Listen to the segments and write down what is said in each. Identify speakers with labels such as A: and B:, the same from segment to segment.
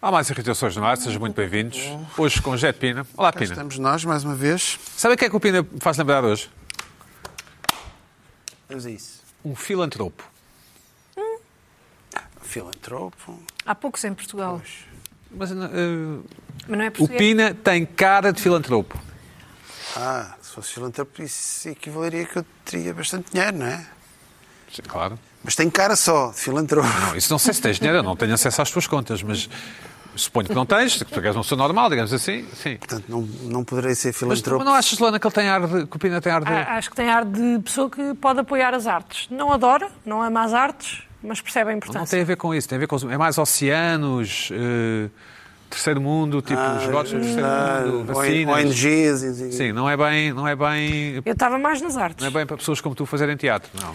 A: Há mais irritações no ar, sejam muito bem-vindos. Hoje com Jet Pina. Olá,
B: Cá
A: Pina.
B: estamos nós, mais uma vez.
A: Sabe o que é que o Pina faz lembrar hoje?
B: Vamos a é isso.
A: Um filantropo.
B: Filantropo.
C: Há poucos em Portugal.
A: Mas eh,
C: Mas não é
A: o
C: português.
A: Pina tem cara de filantropo.
B: Ah, se fosse filantropo, isso equivaleria que eu teria bastante dinheiro, não é?
A: Sim, claro.
B: Mas tem cara só de filantropo.
A: Não, isso não sei se tens dinheiro, eu não tenho acesso às tuas contas, mas suponho que não tens, porque tu és uma pessoa normal, digamos assim. Sim.
B: Portanto, não, não poderei ser
A: Mas tu
B: filantropo. Ah,
A: não achas, Luana, que ele tem ar de, que o Pina tem ar de.
C: A- Acho que tem ar de pessoa que pode apoiar as artes. Não adora, não ama as artes, mas percebe a
A: Não
C: importância.
A: tem a ver com isso, tem a ver com os- é mais oceanos, eh, terceiro mundo, tipo os esgotos do terceiro
B: Ah,
A: mundo,
B: O-
A: vacinas.
B: ONGs. e-
A: Sim, não é bem, não é bem,
C: Eu estava mais nas artes.
A: não é bem para pessoas como tu fazerem teatro, não.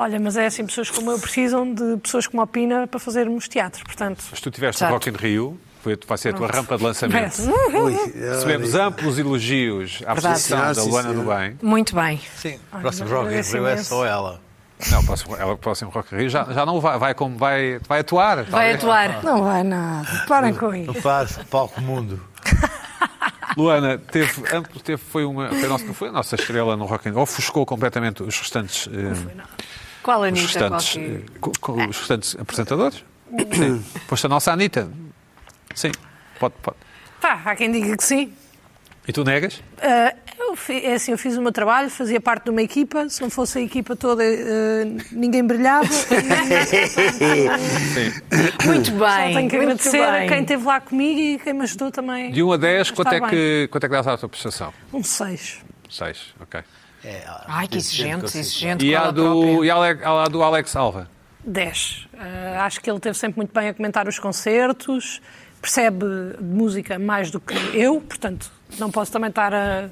C: Olha, mas é assim, pessoas como eu precisam de pessoas como a Pina para fazermos teatro, portanto.
A: Mas tu tiveste
C: Exato.
A: o Rock in Rio, foi, vai ser a tua rampa de lançamento.
C: merece.
B: Ui, Então,
A: Recebemos amplos elogios à
C: Verdade.
A: posição da
B: Sim,
A: Luana do
B: senhora.
A: Bem.
C: Muito bem.
D: Sim,
C: Ai,
D: próximo
C: já
D: jogo em
C: agradeço
D: Rio é
C: imenso.
D: só ela.
A: Não, o próximo, ela, o próximo Rock in Rio já, já não vai, vai como vai, vai atuar.
E: Vai
A: talvez.
E: atuar.
C: Não vai nada. Parem com
D: Não
C: isso.
D: faz palco mundo.
A: Luana teve, amplo, teve foi uma, foi a nossa, foi a nossa estrela no Rock in Rio, ofuscou completamente os restantes, eh,
E: Qual
A: os
E: Anitta? Qual
A: restantes,
E: que...
A: eh, co- co- os restantes apresentadores. Sim. Foste a nossa Anitta. Sim, pode, pode.
C: Pá, há quem diga que sim.
A: E tu negas?
C: Ah, eu fi- é assim, eu fiz o meu trabalho, fazia parte de uma equipa, se não fosse a equipa toda, ah, ninguém brilhava.
A: Sim.
E: Muito bem.
C: Só tenho que
E: muito
C: agradecer a
E: bem.
C: quem esteve lá comigo e quem me ajudou também.
A: De 1 a 10,
C: Está
A: quanto é,
C: bem.
A: que, quanto é que dás à tua prestação?
C: Um 6.
A: 6, ok.
D: É, ela.
E: Ai, que exigente,
D: eu sinto.
E: exigente.
A: E
E: com
A: há
E: ela
A: do,
E: própria.
A: e Ale- há lá do Alex Alva.
C: 10. Ah, acho que ele esteve sempre muito bem a comentar os concertos, percebe de música mais do que eu, portanto, não posso também estar a,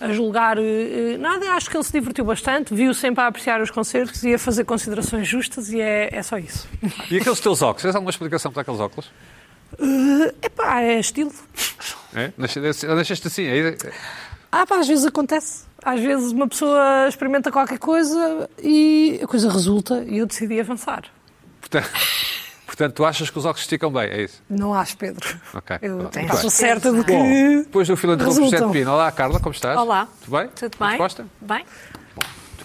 C: a julgar eh, eh, nada. Acho que ele se divertiu bastante, viu sempre a apreciar os concertos e a fazer considerações justas e é, é só isso.
A: E aqueles teus óculos? Tens alguma explicação para aqueles óculos?
C: Epá, é estilo.
A: É? Nasceste nasceste assim? é-
C: Ah, pá, às vezes acontece. Às vezes uma pessoa experimenta qualquer coisa e a coisa resulta e eu decidi avançar.
A: Portanto, portanto, tu achas que os óculos esticam bem? É isso?
C: Não acho, Pedro.
A: Ok.
C: Eu
A: Muito
C: estou
A: bem.
C: certa de que.
A: Bom, depois do filantropo José de
C: Resultam.
A: Pina. Olá, Carla, como estás?
E: Olá.
A: é- Tudo bem?
E: Tudo
A: Nas
E: bem?
A: costas?
E: Bem.
A: Muito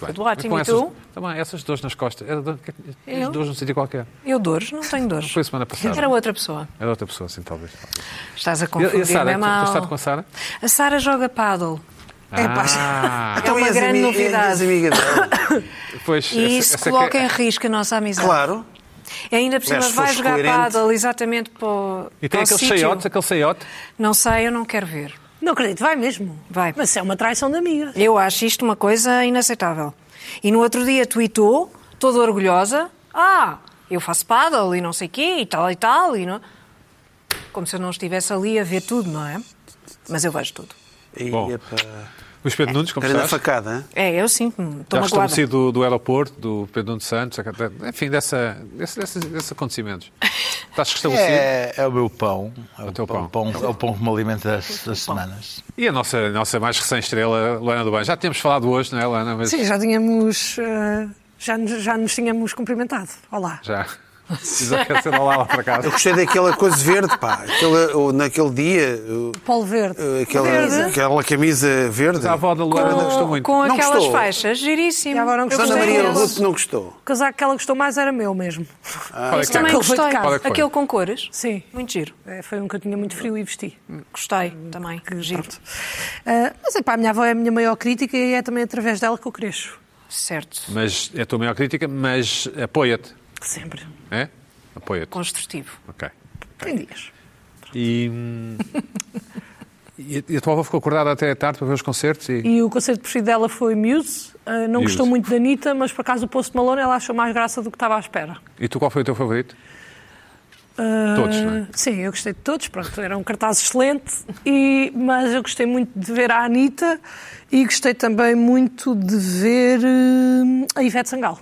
A: bem.
E: Tudo ótimo,
A: Com
E: e
A: essas-
E: tu?
A: Também, essas dores nas costas. Era dor- que- é, As
E: Eu?
A: dores num sítio qualquer.
E: Eu dores, não tenho dores.
A: Foi semana passada.
E: Era outra pessoa.
A: Era outra pessoa, assim, talvez.
E: Estás a
A: E a-
E: confundir
A: E a Sara?
E: bem
A: Tu tu
E: mal.
A: has estado com a Sara?
E: A Sara joga paddle. É, pá,
A: Ah,
B: Então,
E: É uma
B: e as
E: grande
B: ami- e as
E: novidade.
B: amigas dela?
A: pois,
E: E
A: essa-
E: isso
A: essa que é-
E: coloca em risco a nossa amizade.
B: Claro.
E: E ainda por cima
B: Mas se
E: vai
B: fosse
E: jogar
B: coerente.
E: paddle exatamente para o
A: E tem
E: para o
A: aqueles
E: sítio.
A: chaiotes, aquele chaiote.
E: Não sei, eu não quero ver.
C: Não acredito, vai mesmo.
E: Vai.
C: Mas isso é uma traição de amiga.
E: Eu acho isto uma coisa inaceitável. E no outro dia tweetou, toda orgulhosa, ah, eu faço paddle e não sei quê, e tal e tal, e não... Como se eu não estivesse ali a ver tudo, não é? Mas eu vejo tudo.
B: E
A: Bom.
B: epa,
A: Os Pedro Nunes, como
B: grande
A: estás?
B: facada, hein?
E: É, eu sim, hum, estou
A: Já
E: magoada.
A: estabelecido do, do aeroporto, do Pedro Nuno Santos, até- enfim, dessa, desse, desses, desses acontecimentos. Estás restabelecido?
D: É, é o meu pão. É o,
A: teu
D: pão. pão- É o pão que me alimenta as, as semanas.
A: E a nossa, a nossa mais recém-estrela, Luana do Bem. Já tínhamos falado hoje, não é, Luana? Mas
C: Sim, já tínhamos. eh, já, nos- já nos tínhamos cumprimentado. Olá.
A: já. Já quer ser lá, lá para casa.
B: Eu gostei daquela coisa verde, pá. Aquela, o- naquele dia, o-
C: Paulo Verde.
B: Eh, aquela,
C: Verde.
B: aquela camisa verde.
A: A avó da Luana não gostou é muito.
E: Com
B: Não
E: aquelas
B: gostou.
E: faixas, giríssimo.
C: E agora não
E: eu
C: gostou
B: Ana
E: gostei
B: Maria
E: imenso.
B: Ruth não gostou.
C: O casaco que ela gostou mais era meu mesmo.
A: Qual é que é?
E: Também
C: Aquele foi de
E: gostei.
C: casa.
A: Qual é que foi?
E: Aquele com cores.
C: Sim.
E: Muito giro.
C: Eh, Foi um que eu tinha muito frio e vesti.
E: Gostei também. Giro.
C: Eh, mas é pá, a minha avó é a minha maior crítica e é também através dela que eu cresço.
E: Certo.
A: Mas é a tua maior crítica, mas apoia-te.
C: Sempre.
A: É? Apoia-te.
E: Construtivo.
A: Ok.
C: Tem dias.
A: E, hum, e a- e a tua avó ficou acordada até à tarde para ver os concertos? E...
C: E o concerto preferido dela foi Muse. Eh, não
A: Muse.
C: gostou muito da Anitta, mas por acaso o Post Malone ela achou mais graça do que estava à espera.
A: e tu qual foi o teu favorito?
C: Ah,
A: Todos, não é?
C: Sim, eu gostei de todos, pronto, era um cartaz excelente, e, mas eu gostei muito de ver a Anitta e gostei também muito de ver hum, a Ivete Sangalo.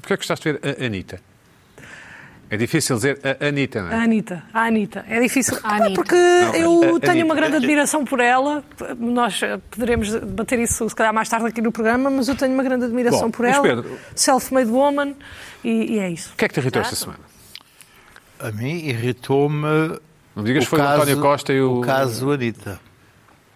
A: Porquê é que gostaste de ver a Anitta? É difícil dizer a Anitta, não
C: A
A: é?
C: Anitta, a Anitta. É difícil.
E: A Anitta.
C: porque
A: mas
C: eu
A: a
C: tenho
A: Anitta-
C: uma grande admiração por ela. Nós eh, poderemos bater isso se calhar mais tarde aqui no programa, mas eu tenho uma grande admiração
A: Bom,
C: por
A: mas
C: ela.
A: Pedro-
C: Self-made woman, e, e é isso.
A: O que é que te irritou esta semana?
D: a mim irritou-me.
A: Não digas
D: o
A: que foi o
D: caso-
A: António Costa e o-
D: caso Anitta.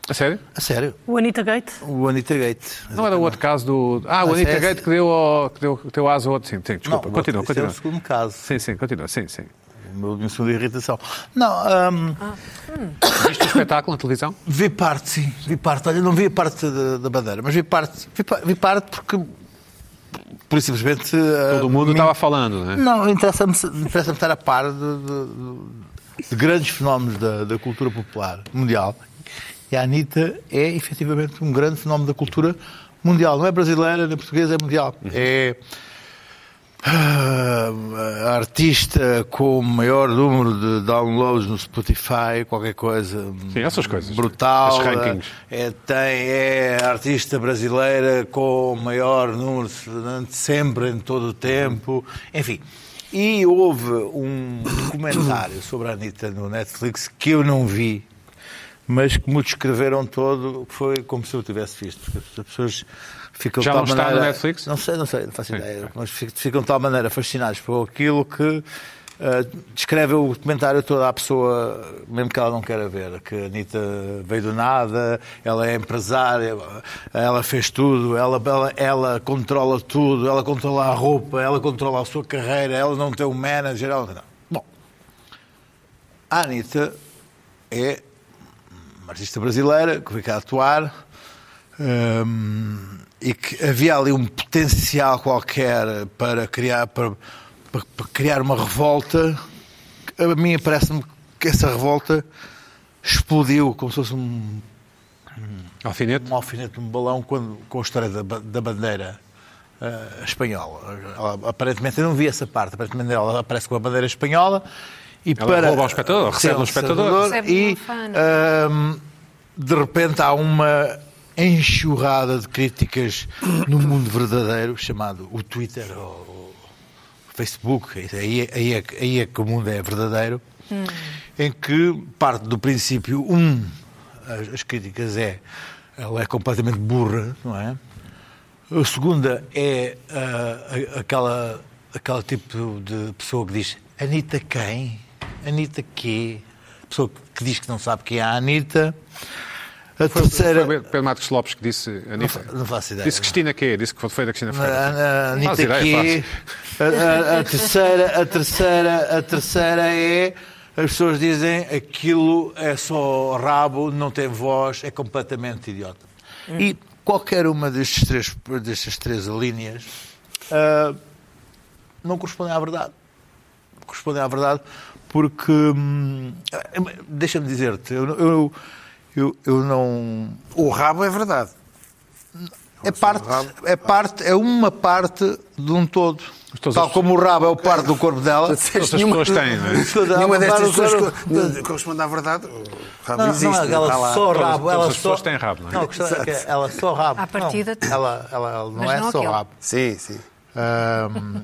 A: A sério?
D: A sério,
C: O Anita Gate?
D: o Anitta Gate.
A: Não era o outro caso do. Ah, o
D: Mas
A: Anitta
D: esse-
A: Gate que deu, ao, que deu, que deu asa ao outro. Sim, sim desculpa.
D: é- Não,
A: continua,
D: esse
A: continua.
D: É o segundo caso.
A: Sim, sim, continua. Sim, sim.
D: O meu minha segunda irritação. Não, hum,
A: Viste o espetáculo na televisão?
D: vi parte, sim. Vi parte. Olha, não vi a parte da, da bandeira, mas vi parte. Vi, pa- vi parte porque. Por simplesmente. hum,
A: Todo mundo estava falando, não é?
D: Não, interessa-me interessa estar a par de, de- de grandes fenómenos da, da cultura popular mundial. E a Anitta é efetivamente um grande fenómeno da cultura mundial. Não é brasileira, nem portuguesa, é mundial. É ah, a artista com o maior número de downloads no Spotify, qualquer coisa.
A: Sim, essas coisas.
D: Brutal.
A: Esses rankings.
D: É, tem, é a artista brasileira com o maior número de sempre, em todo o tempo. Enfim. E houve um documentário sobre a Anitta no Netflix que eu não vi, mas que me descreveram todo, que foi como se eu tivesse visto. Porque as pessoas ficam
A: Já
D: de tal
A: não está no
D: maneira...
A: Netflix?
D: Não sei, não sei, não faço ideia.
A: ok.
D: Mas fi- ficam de tal maneira fascinados por aquilo que ah, descreve o documentário toda à pessoa, mesmo que ela não queira ver, que a Anitta veio do nada, ela é empresária, ela fez tudo, ela, ela, ela controla tudo, ela controla a roupa, ela controla a sua carreira, ela não tem um manager, ela não. Bom, a Anitta é uma artista brasileira que veio cá atuar hum, e que havia ali um potencial qualquer para criar, para, para- para criar uma revolta. A mim parece-me que essa revolta explodiu como se fosse um,
A: Alfinete?
D: um alfinete num balão quando, com a história da, ba- da bandeira ah, espanhola. Ela, aparentemente, eu não vi essa parte, aparentemente ela aparece com a bandeira espanhola e
A: Ela
D: para...
A: rouba ao espectador,
D: Sim,
A: recebe
D: ao
A: um espectador.
E: Recebe
D: e
E: um fã, não
D: ahm, de repente há uma enxurrada de críticas no mundo verdadeiro chamado o Twitter ou o Facebook, aí, é- aí, é, que- aí é que o mundo é verdadeiro,
E: Hum.
D: em que parte do princípio, um, as, as críticas é ela é completamente burra, não é? A segunda é ah, a- aquela, aquela tipo de pessoa que diz Anitta quem? Anitta quê? Pessoa que diz que não sabe quem é a Anitta. A terceira.
A: Foi Pedro Marcos Lopes que disse. Anitta.
D: fa- não faço ideia.
A: Disse Cristina quê? Disse que foi da
D: Ah,
A: Cristina Ferreira.
D: A- a- a
A: Não faz
D: Anitta
A: ideia,
D: aqui. A, a- a terceira, a terceira, a terceira é as pessoas dizem aquilo é só rabo, não tem voz, é completamente idiota. E qualquer uma destes três, destas três linhas ah, não corresponde à verdade correspondem à verdade, porque hum, deixa-me dizer-te, eu, eu, eu, eu não.
B: O rabo é verdade.
D: É parte, é parte, é uma parte de um todo.
A: todos
D: Tal
A: os-
D: como o rabo é o parte do corpo dela.
A: Todas as pessoas têm, não é?
D: Toda-
B: Nenhuma destas
D: toda-
B: pessoas
D: toda-
B: co- co- corresponde à verdade. O rabo
D: Não,
B: existe.
D: não, ela
B: está lá.
D: só
A: Todas-
D: rabo.
A: todas
D: ela
A: as
D: só-
A: pessoas têm rabo, não é?
D: a questão é que ela só rabo.
E: À partida,
D: não, ela, ela, ela não
E: Mas
D: é
E: não
D: só
E: aquele.
D: rabo.
B: Sim, sim.
D: Ahm,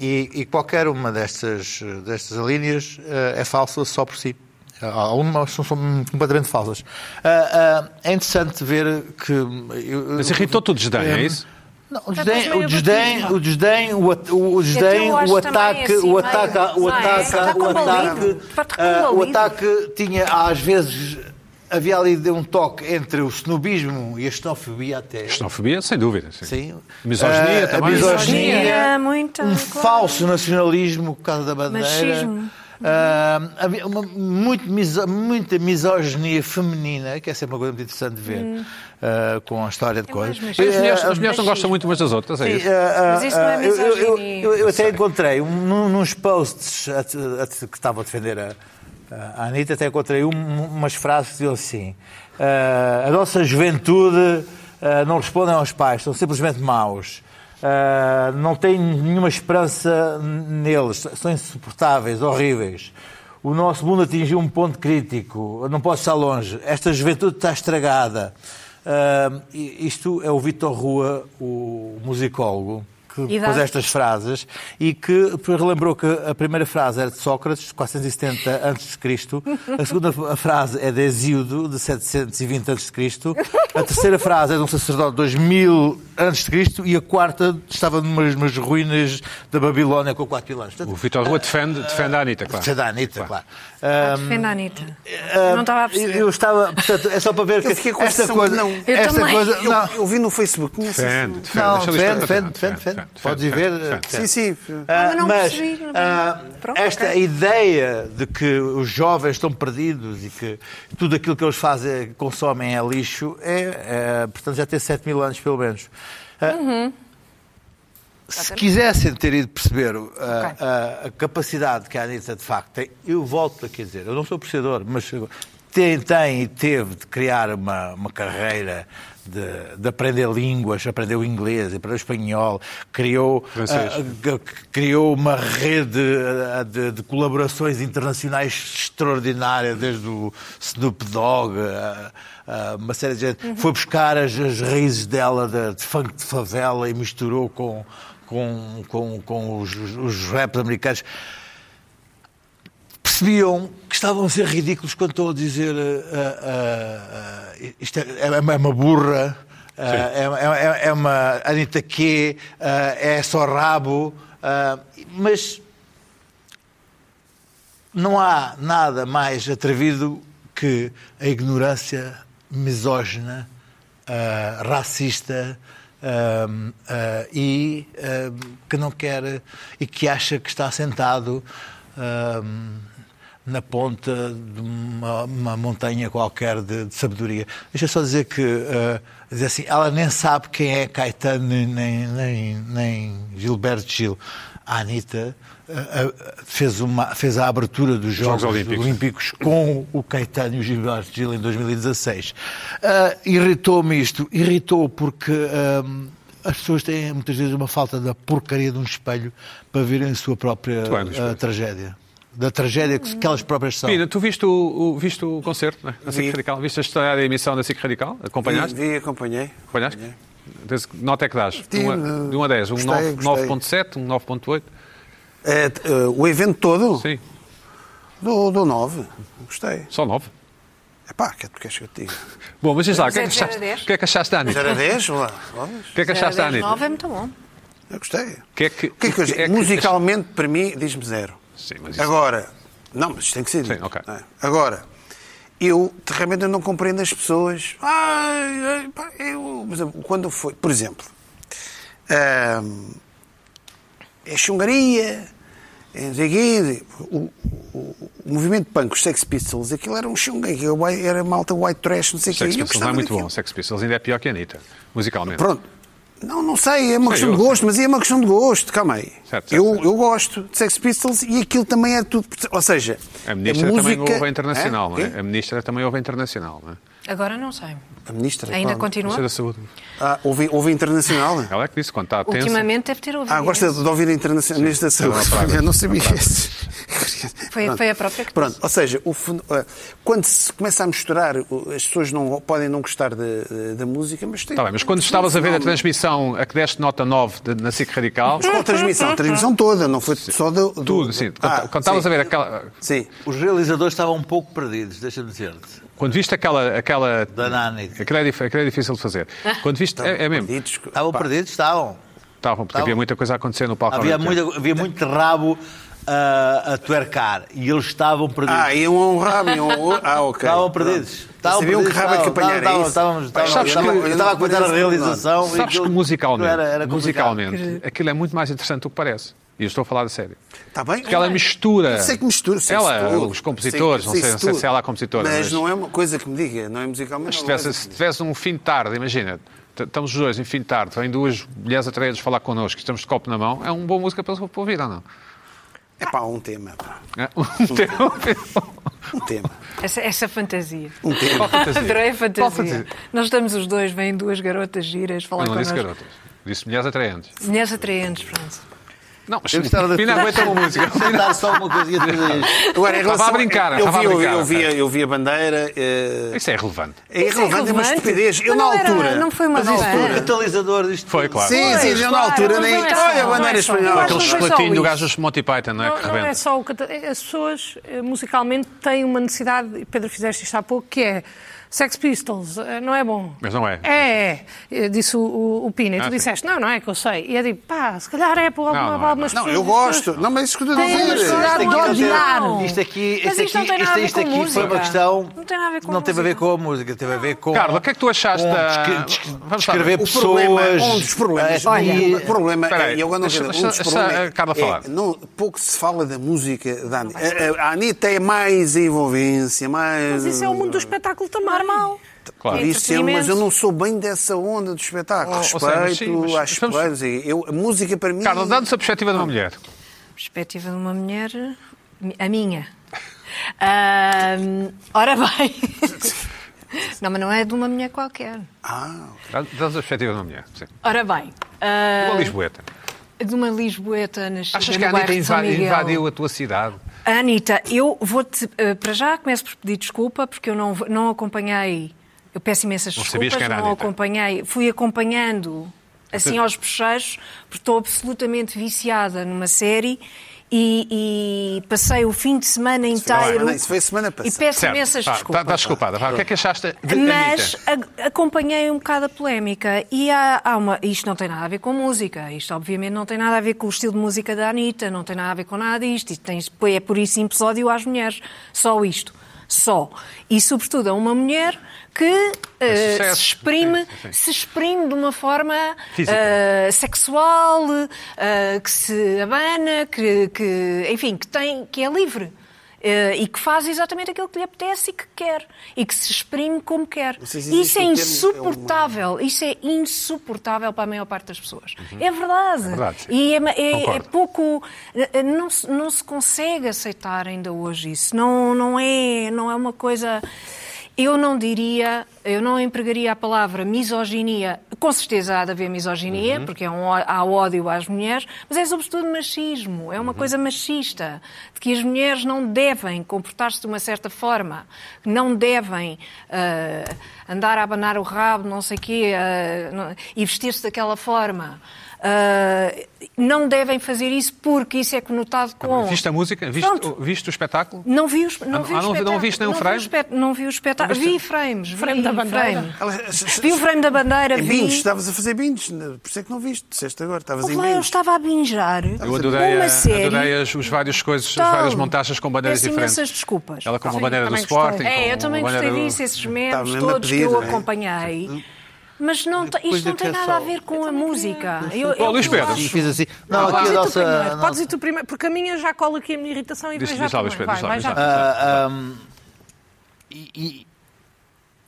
D: e, e qualquer uma destas, destas linhas eh, é falsa só por si. Há umas que são, são completamente falsas. Ah, ah, é interessante ver que.
A: Mas irritou-te o desdém, é isso?
D: Não, o
E: estás
D: desdém,
E: meio
D: o desdém,
E: abatido.
D: o desdém, o, at- o- o
E: tu
D: desdém,
E: hoje
D: o
E: também
D: ataque,
E: assim,
D: o
E: meio-
D: ataque, o
E: Não é?
D: ataque,
E: Está
D: o
E: combalido.
D: ataque,
E: Está
D: ah, o
E: combalido.
D: ataque tinha às vezes havia ali de um toque entre o snobismo e a xenofobia até.
A: Xenofobia, sem dúvida. Sim.
D: Sim.
A: Misoginia
D: Ah,
A: também.
D: A misoginia,
E: Misoginia, muita,
D: um
E: claro.
D: falso nacionalismo por causa da bandeira.
E: Machismo.
D: Ah, havia uma, muito miso- muita misoginia feminina, que é sempre uma coisa muito interessante de ver, ah, com a história de coisas.
E: Hum. É mais
A: As mulheres,
D: Ah,
A: as mulheres não gostam muito umas das outras, é isso?
E: assim, Mas isso não é
D: Eh, eu, eu- eu-
E: misoginia.
D: eu- eu até encontrei um, num- nos posts a- a- que estava a defender a, a Anitta, até encontrei um- umas frases que diziam assim: ah, A nossa juventude ah, não responde aos pais, são simplesmente maus. Ah, não têm nenhuma esperança neles, são insuportáveis, horríveis. O nosso mundo atingiu um ponto crítico, não pode estar longe. Esta juventude está estragada. Ah, i- isto é o Vitor Rua, o musicólogo, que
E: Idade.
D: pôs estas frases e que relembrou que a primeira frase era de Sócrates, de 470 a.C., a segunda f- frase é de Hesíodo, de 720 a.C., a terceira frase é de um sacerdote de 2000 a.C. e a quarta estava numas, numas ruínas da Babilónia com quatro pilares.
A: O
D: Portanto,
A: Vitor Rua defende, defende a Anitta, claro.
D: isso é da Anitta, claro. Ah,
E: Defenda a Anitta. não estava a perceber.
D: Eu estava, portanto, é só para ver
B: Eu
D: que
B: fiquei com a
D: esta
B: sensação
D: coisa,
B: que não. Eu
D: esta
E: também.
D: coisa,
B: Eu,
D: não,
B: eu vi no Facebook. tinha
A: Defende,
B: sensação.
A: defende.
D: não,
A: deixa-lhe
D: defende,
A: esclarecer.
D: defende, defende, defende.
A: defende,
D: Podes ir
A: defende,
D: ver.
A: defende.
B: Sim,
D: eh,
B: sim.
D: Ah,
E: mas não
D: mas
E: percebi, não
D: ah,
E: percebi. Pronto,
D: esta
E: ok.
D: ideia de que os jovens estão perdidos e que tudo aquilo que eles fazem, consomem é lixo, é, é, portanto já tem 7 mil anos pelo menos. Ah, Se quisessem ter ido perceber ah, a, a capacidade que a Anitta de facto tem, eu volto aqui a dizer, eu não sou apreciador, mas tem, tem e teve de criar uma, uma carreira de, de aprender línguas, aprendeu inglês, aprendeu espanhol, criou
A: Francês.
D: ah, que- que criou uma rede eh, de, de colaborações internacionais extraordinária, desde o Snoop Dogg, a, a uma série de gente. Foi buscar as, as raízes dela de, de funk de favela e misturou com, com, com, com os, os raps americanos. Percebiam que estavam a ser ridículos quando estão a dizer eh, eh, eh, isto é, é uma- é uma burra. Ah, é, é- é- é uma Anitta Q, ah, é só rabo, ah, mas não há nada mais atrevido que a ignorância misógina, ah, racista ah, ah, e ah, que não quer e que acha que está sentado ah, na ponta de uma, uma montanha qualquer de, de sabedoria. Deixa eu só dizer que ah, dizer assim, ela nem sabe quem é Caetano nem, nem, nem, nem Gilberto Gil. A Anitta ah, ah, fez, uma, fez a abertura dos Jogos,
A: Olímpicos.
D: Olímpicos com o Caetano e o Gilberto Gil em 2016. Ah, Irritou-me isto. Irritou porque ahm, as pessoas têm muitas vezes uma falta da porcaria de um espelho para verem a sua própria
A: bem, Luís
D: ah,
A: Pedro.
D: tragédia. Da tragédia que, que elas próprias são.
A: Pina, tu viste o, o- viste o concerto né? na SIC
B: Vi.
A: Radical? Viste a história da emissão da SIC Radical?
B: Vi,
A: Acompanhaste?
B: vi, acompanhei.
A: Acompanhaste? Desde que nota é que dás? De
B: Tive,
A: 1 a 10, um
B: gostei,
A: nove-
B: gostei.
A: 9.7, um 9.8?
B: É, t- eh, o evento todo?
A: Sim,
B: Do, do 9. Gostei.
A: só 9.
B: É pá, que é que queres que eu te diga?
A: Bom, mas diz lá, o que é que
E: Zero a
A: achaste,
E: dez.
A: o que é que achaste da Anitta?
B: 0 a 10, lá. olhas.
A: O que é que achaste da
E: Zero a dez,
A: Anitta?
E: nove é muito bom.
B: Eu gostei.
A: Que é que-
B: O que é que eu
A: que é que-
B: Musicalmente, para mim, diz-me zero.
A: Sim, mas isso-
B: Agora, não, mas isto tem que ser dito.
A: Sim, ok.
B: não é? Agora, eu de- realmente eu não compreendo as pessoas. Ai, ai, pá, eu, por exemplo, quando foi, por exemplo, ahm, é Xungaria, é não sei o quê, o, o- o movimento punk, os Sex Pistols, aquilo era um Xunga, aquilo era malta white trash, não sei o quê.
A: Sex
B: e eu
A: Pistols não é
B: gostava
A: muito bom.
B: daquilo.
A: Sex Pistols ainda é pior que a Anitta, musicalmente.
B: Pronto. Não, não sei, é
A: Sei
B: uma questão
A: eu,
B: de gosto, mas é uma questão de gosto, calma aí.
A: Certo, certo,
B: eu,
A: certo.
B: eu gosto de Sex Pistols e aquilo também é tudo. Ou seja,
A: A ministra também
B: é música...
A: houve a internacional, não
B: Hã?
A: é? A ministra também houve a internacional, não é?
E: Agora não sei.
B: A ministra.
E: Ainda
B: qual?
E: continua?
A: Ministra da Saúde.
B: Ah, houve, houve internacional?
A: Ela é que disse, quando está tensa.
E: Ultimamente deve ter ouvido.
B: Ah, gosta de ouvir a internacional. Ministra da
A: é
B: Saúde. Eu não sabia isso.
E: Foi, foi a própria que
B: Pronto, ou seja, o fen- ah, quando se começa a misturar, o- as pessoas não, podem não gostar da, da música, mas tem.
A: Está Tá bem, mas quando estavas a ver a transmissão a que deste nota 9 de- na SIC Radical,
B: Mas qual transmissão? A transmissão toda, não foi só do. do-
A: tudo, sim. Quando-
B: Ah,
A: quando estavas
B: sim.
A: a ver aquela.
B: Sim.
D: Os realizadores estavam um pouco perdidos, deixa-me dizer-te.
A: Quando viste aquela. aquela
D: Da Tá Nani.
A: aquilo, é, dif- aquilo é difícil de fazer. Quando viste. É, é mesmo.
B: Perdidos,
D: Estavam
B: pá.
D: perdidos, estavam.
A: Estavam, porque
D: Estavam.
A: havia muita coisa a acontecer no palco. ao
D: Havia,
A: mesmo tempo.
D: muita, havia muito rabo ah, a tuercar e eles estavam perdidos.
B: Ah, iam a um rabo, iam a outro. Ah, ok.
D: Estavam perdidos.
B: Estavam sabiam que rabo é que apanhar é isso.
D: Estávamos, estávamos,
A: Sabes
D: estava-
A: que-
D: eu estava a contar a realização. e
A: Sabes
D: aquilo-
A: que musicalmente,
D: era- era complicado.
A: musicalmente aquilo é muito mais interessante do que parece. E eu estou a falar a sério.
B: Está tá bem?
A: Porque ela é mistura.
B: Sei que mistura, sei
A: ela, é
B: isso tudo.
A: os compositores,
B: Sei-
A: não sei,
B: isso
A: não sei
B: tudo.
A: se ela é a compositora.
B: Mas, não é uma coisa que me diga, não é musicalmente.
A: se
B: não
A: tivesse,
B: é-
A: se tivesse um fim de tarde, imagina, t- estamos os dois em fim de tarde, vêm duas mulheres atraídas falar connosco, estamos de copo na mão, é uma boa música para para ouvir ou não?
B: É pá, um tema. pá.
A: É? Um tempo.
B: Um tema.
E: Essa, essa fantasia.
B: Um tema.
E: Adorei a
A: Qual
E: fantasia.
A: fantasia?
E: Nós estamos os dois, vêm duas garotas giras falar
A: Eu não disse
E: connosco.
A: garotas, disse mulheres atraentes.
E: Mulheres atraentes, pronto.
A: Não, mas
D: Eu gostava de-
A: Pina aguenta uma música.
D: Dar só uma coisinha de fazer isto.
B: Agora,
A: Estava
B: em relação-
A: a brincar,
B: eu,
A: estava
B: vi,
A: a
B: eu,
A: brincar,
B: eu vi,
A: ok.
B: eu vi a bandeira. eh,
A: Isso é irrelevante.
B: É irrelevante, é uma
E: relevante.
B: estupidez. Eu,
E: Mas
B: na
E: não era-
B: altura.
E: não foi uma
B: mas na
E: bandeira.
B: altura-
D: Catalisador disto.
A: Foi, claro.
B: Sim, sim, eu na
E: claro,
B: altura
E: mas
B: nem.
E: não é só-
B: Olha a
E: não é
B: bandeira
E: só- não
B: espanhola.
E: é
A: Aquele
E: só
A: chocolatinho do
E: isso.
A: gajo dos Monty Python, não é?
C: Não,
A: que
C: não
A: rebenta.
C: é só o canta... As pessoas eh, musicalmente têm uma necessidade, e Pedro fizeste isto há pouco, que é Sex Pistols, eh, não é bom.
A: Mas não é.
C: É, é. Eh, Disse o, o, o Pina. E tu
A: Ah, sim.
C: disseste, não, não é que eu sei. E é tipo, pá, se calhar é para
A: não
C: alguma-
A: é,
C: para algumas
B: Não,
C: pessoas.
B: eu gosto. Não, mas escuta, não
C: Tem uma
B: dizer.
C: sociedade
D: Isto aqui
C: Não,
D: não tem-
C: não.
D: Isto aqui,
E: Mas
D: isto
E: isto não
D: aqui,
E: tem nada
D: isto,
E: a ver
D: isto
E: com
D: aqui foi
E: música.
D: uma questão.
E: Não tem nada a ver com
D: Não teve a
E: música.
D: ver com a música, teve a ver com.
A: Carla, o que é que tu achaste
D: com
A: da-
D: descre- des-
A: Vamos lá.
D: descrever
A: O
B: O problema,
D: pessoas.
B: um dos problemas,
D: eh, e-
B: o problema
A: Espera
B: é,
A: aí,
B: e agora não
A: deixa-
B: quero- um
A: deixa-
B: dos
A: deixa
B: problemas
A: a Carla falar.
B: é, não, pouco se fala da música da Anitta. A, a- a Anitta é mais envolvência, mais...
C: Mas isso é o mundo do espetáculo também.
E: Normal.
A: Claro.
B: Por isso eu- mas eu
E: um entretenimento.
B: não sou bem dessa onda do
A: Oh,
B: espetáculo.
A: ou
B: Respeito
A: seja, mas sim, mas-
B: às
A: mas vamos-
B: pessoas. e Eu, a música para mim...
A: Carla, dando-se a perspectiva de uma mulher.
E: Perspectiva de uma mulher, a minha. Ahm, ora bem. Não, mas não é de uma mulher qualquer.
B: Ah,
A: Dando-se a perspectiva de uma mulher. Sim.
E: Ora bem. ah,
A: Uma Lisboeta.
E: de uma lisboeta nascida
A: Achas
E: no
A: que a
E: bairro
A: Anitta
E: de São
A: invadiu,
E: Miguel.
A: invadiu a tua cidade?
E: Anitta, eu vou-te. eh, Para já começo por pedir desculpa, porque eu não, não acompanhei. Eu peço imensas
A: Não sabias
E: desculpas,
A: quem era a
E: não
A: Anitta.
E: acompanhei. Fui acompanhando assim aos bochechos, porque estou absolutamente viciada numa série e, e passei o fim de semana inteiro.
B: semana-
A: é.
B: isso foi semana passada.
E: E peço
A: Certo.
E: imensas
A: Vá, tá,
E: desculpas.
A: Estás desculpada. Vá, O que é que achaste de
E: Mas
A: Anitta?
E: a- acompanhei um bocado a polémica e há, há uma. Isto não tem nada a ver com música, isto obviamente não tem nada a ver com o estilo de música da Anitta, não tem nada a ver com nada disto, isto tem, é por isso simples ódio às mulheres, só isto, só. E sobretudo a uma mulher que eh,
A: É sucesso,
E: se, exprime,
A: sim, sim.
E: se exprime de uma forma
A: Física.
E: eh, sexual, eh, que se abana, que, que- enfim, que, tem, que é livre. eh, e que faz exatamente aquilo que lhe apetece e que quer. E que se exprime como quer.
B: sei se
E: isso
B: existe
E: é
B: o termo, é uma-
E: insuportável. Isso é insuportável para a maior parte das pessoas. É verdade.
A: verdade, sim.
E: E é, ma- é- é
A: Concordo.
E: pouco. eh, Não se, não se consegue aceitar ainda hoje isso. Não, não, é, não é uma coisa. Eu não diria, eu não empregaria a palavra misoginia. Com certeza há de haver misoginia, porque é um ó- há ódio às mulheres, mas é sobretudo machismo. É uma coisa machista, de que as mulheres não devem comportar-se de uma certa forma, não devem eh, andar a abanar o rabo, não sei quê, eh, não- e vestir-se daquela forma. Eh, não devem fazer isso porque isso é conotado com.
A: Ah, Viste a música? Viste,
E: Pronto.
A: viste o espetáculo?
E: Não vi os
A: Ah,
E: não vi
A: não-
E: o
A: não vi- não viste
E: espetáculo,
A: nenhum
E: não vi o
A: frame?
E: espet- Não
A: Ah,
E: vi o espetáculo. Vi frames. vi
C: Frame da bandeira?
E: frame.
B: ela- se- se-
E: Vi o frame da bandeira, vi.
B: Binge, tá? estavas a fazer binge, né? por isso é que não viste, disseste agora, estavas
E: Ouve
B: em
E: lá, Oh, eu
B: binge.
E: estava a binjar
A: Eu adorei,
E: uma
A: a-
E: série.
A: adorei as, os vários coisas, as
E: Tal.
A: várias montagens com bandeiras
E: Peço
A: diferentes.
E: imensas desculpas.
A: Ela com uma
C: Sim,
A: bandeira do
C: também gostei.
A: Sporting.
E: É,
A: com
E: eu também
A: uma
E: gostei
A: bandeira do-
E: disso, esses
B: Estava
E: memes
B: mesmo a
E: todos
B: pedir,
E: que eu
B: né?
E: acompanhei. Mas não, tem- isto
D: Coisa
E: não tem
D: que é
E: nada a
D: só-
E: ver com a música. Eu,
A: Ó,
E: eu-
A: Luís
E: eu
A: Pedro.
E: acho-
D: Fiz assim. Não, aqui a
C: Podes ir tu
D: nossa.
C: primeiro,
D: a
C: Podes ir tu primeiro, porque a minha já cola aqui a minha irritação e
A: Diz-
C: depois já
A: diz lá, Luís
C: também.
A: Pedro,
C: Vai,
A: diz lá,
C: vai
A: diz
C: já.
A: lá.
D: Ah, ahm, e, e-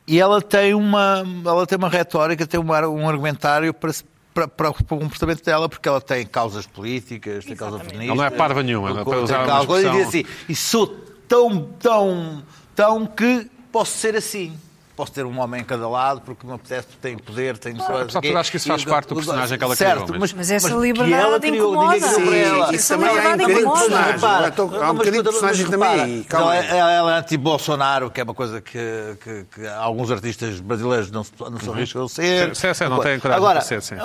D: e ela tem uma ela tem uma retórica, tem um, ar- um argumentário para, se- para, para o comportamento dela, porque ela tem causas políticas, tem causa feminista.
A: Ela não é parva nenhuma,
D: tem
A: para usar uma
D: causas- coisa, E diz
A: expressão-
D: assim, e sou tão, tão, tão que posso ser assim. Posso ter um homem em cada lado porque me apetece, tem poder, tem não sei lá o
A: Só que
D: quê.
A: eu acho que isso faz
D: E-
A: parte do personagem que ela
D: certo,
A: criou, mas-
D: Mas,
E: Mas essa
D: que
E: liberdade
D: ela criou, ninguém
E: incomoda.
D: criou para
E: Sim,
D: ela.
E: isso também há um bocadinho de
D: Mas
E: personagem.
D: repara,
B: Agora tô- há um
D: mas
B: bocadinho de
D: mas
B: personagem
D: repara,
B: também, calma
D: ela-
B: aí.
D: ela, ela é anti-Bolsonaro, que é uma coisa que, que- que alguns artistas brasileiros não, se- não se arriscam a ser.
A: Uhum. Sim, sim, não têm coragem de
D: Agora,
A: ser, sim.
D: um,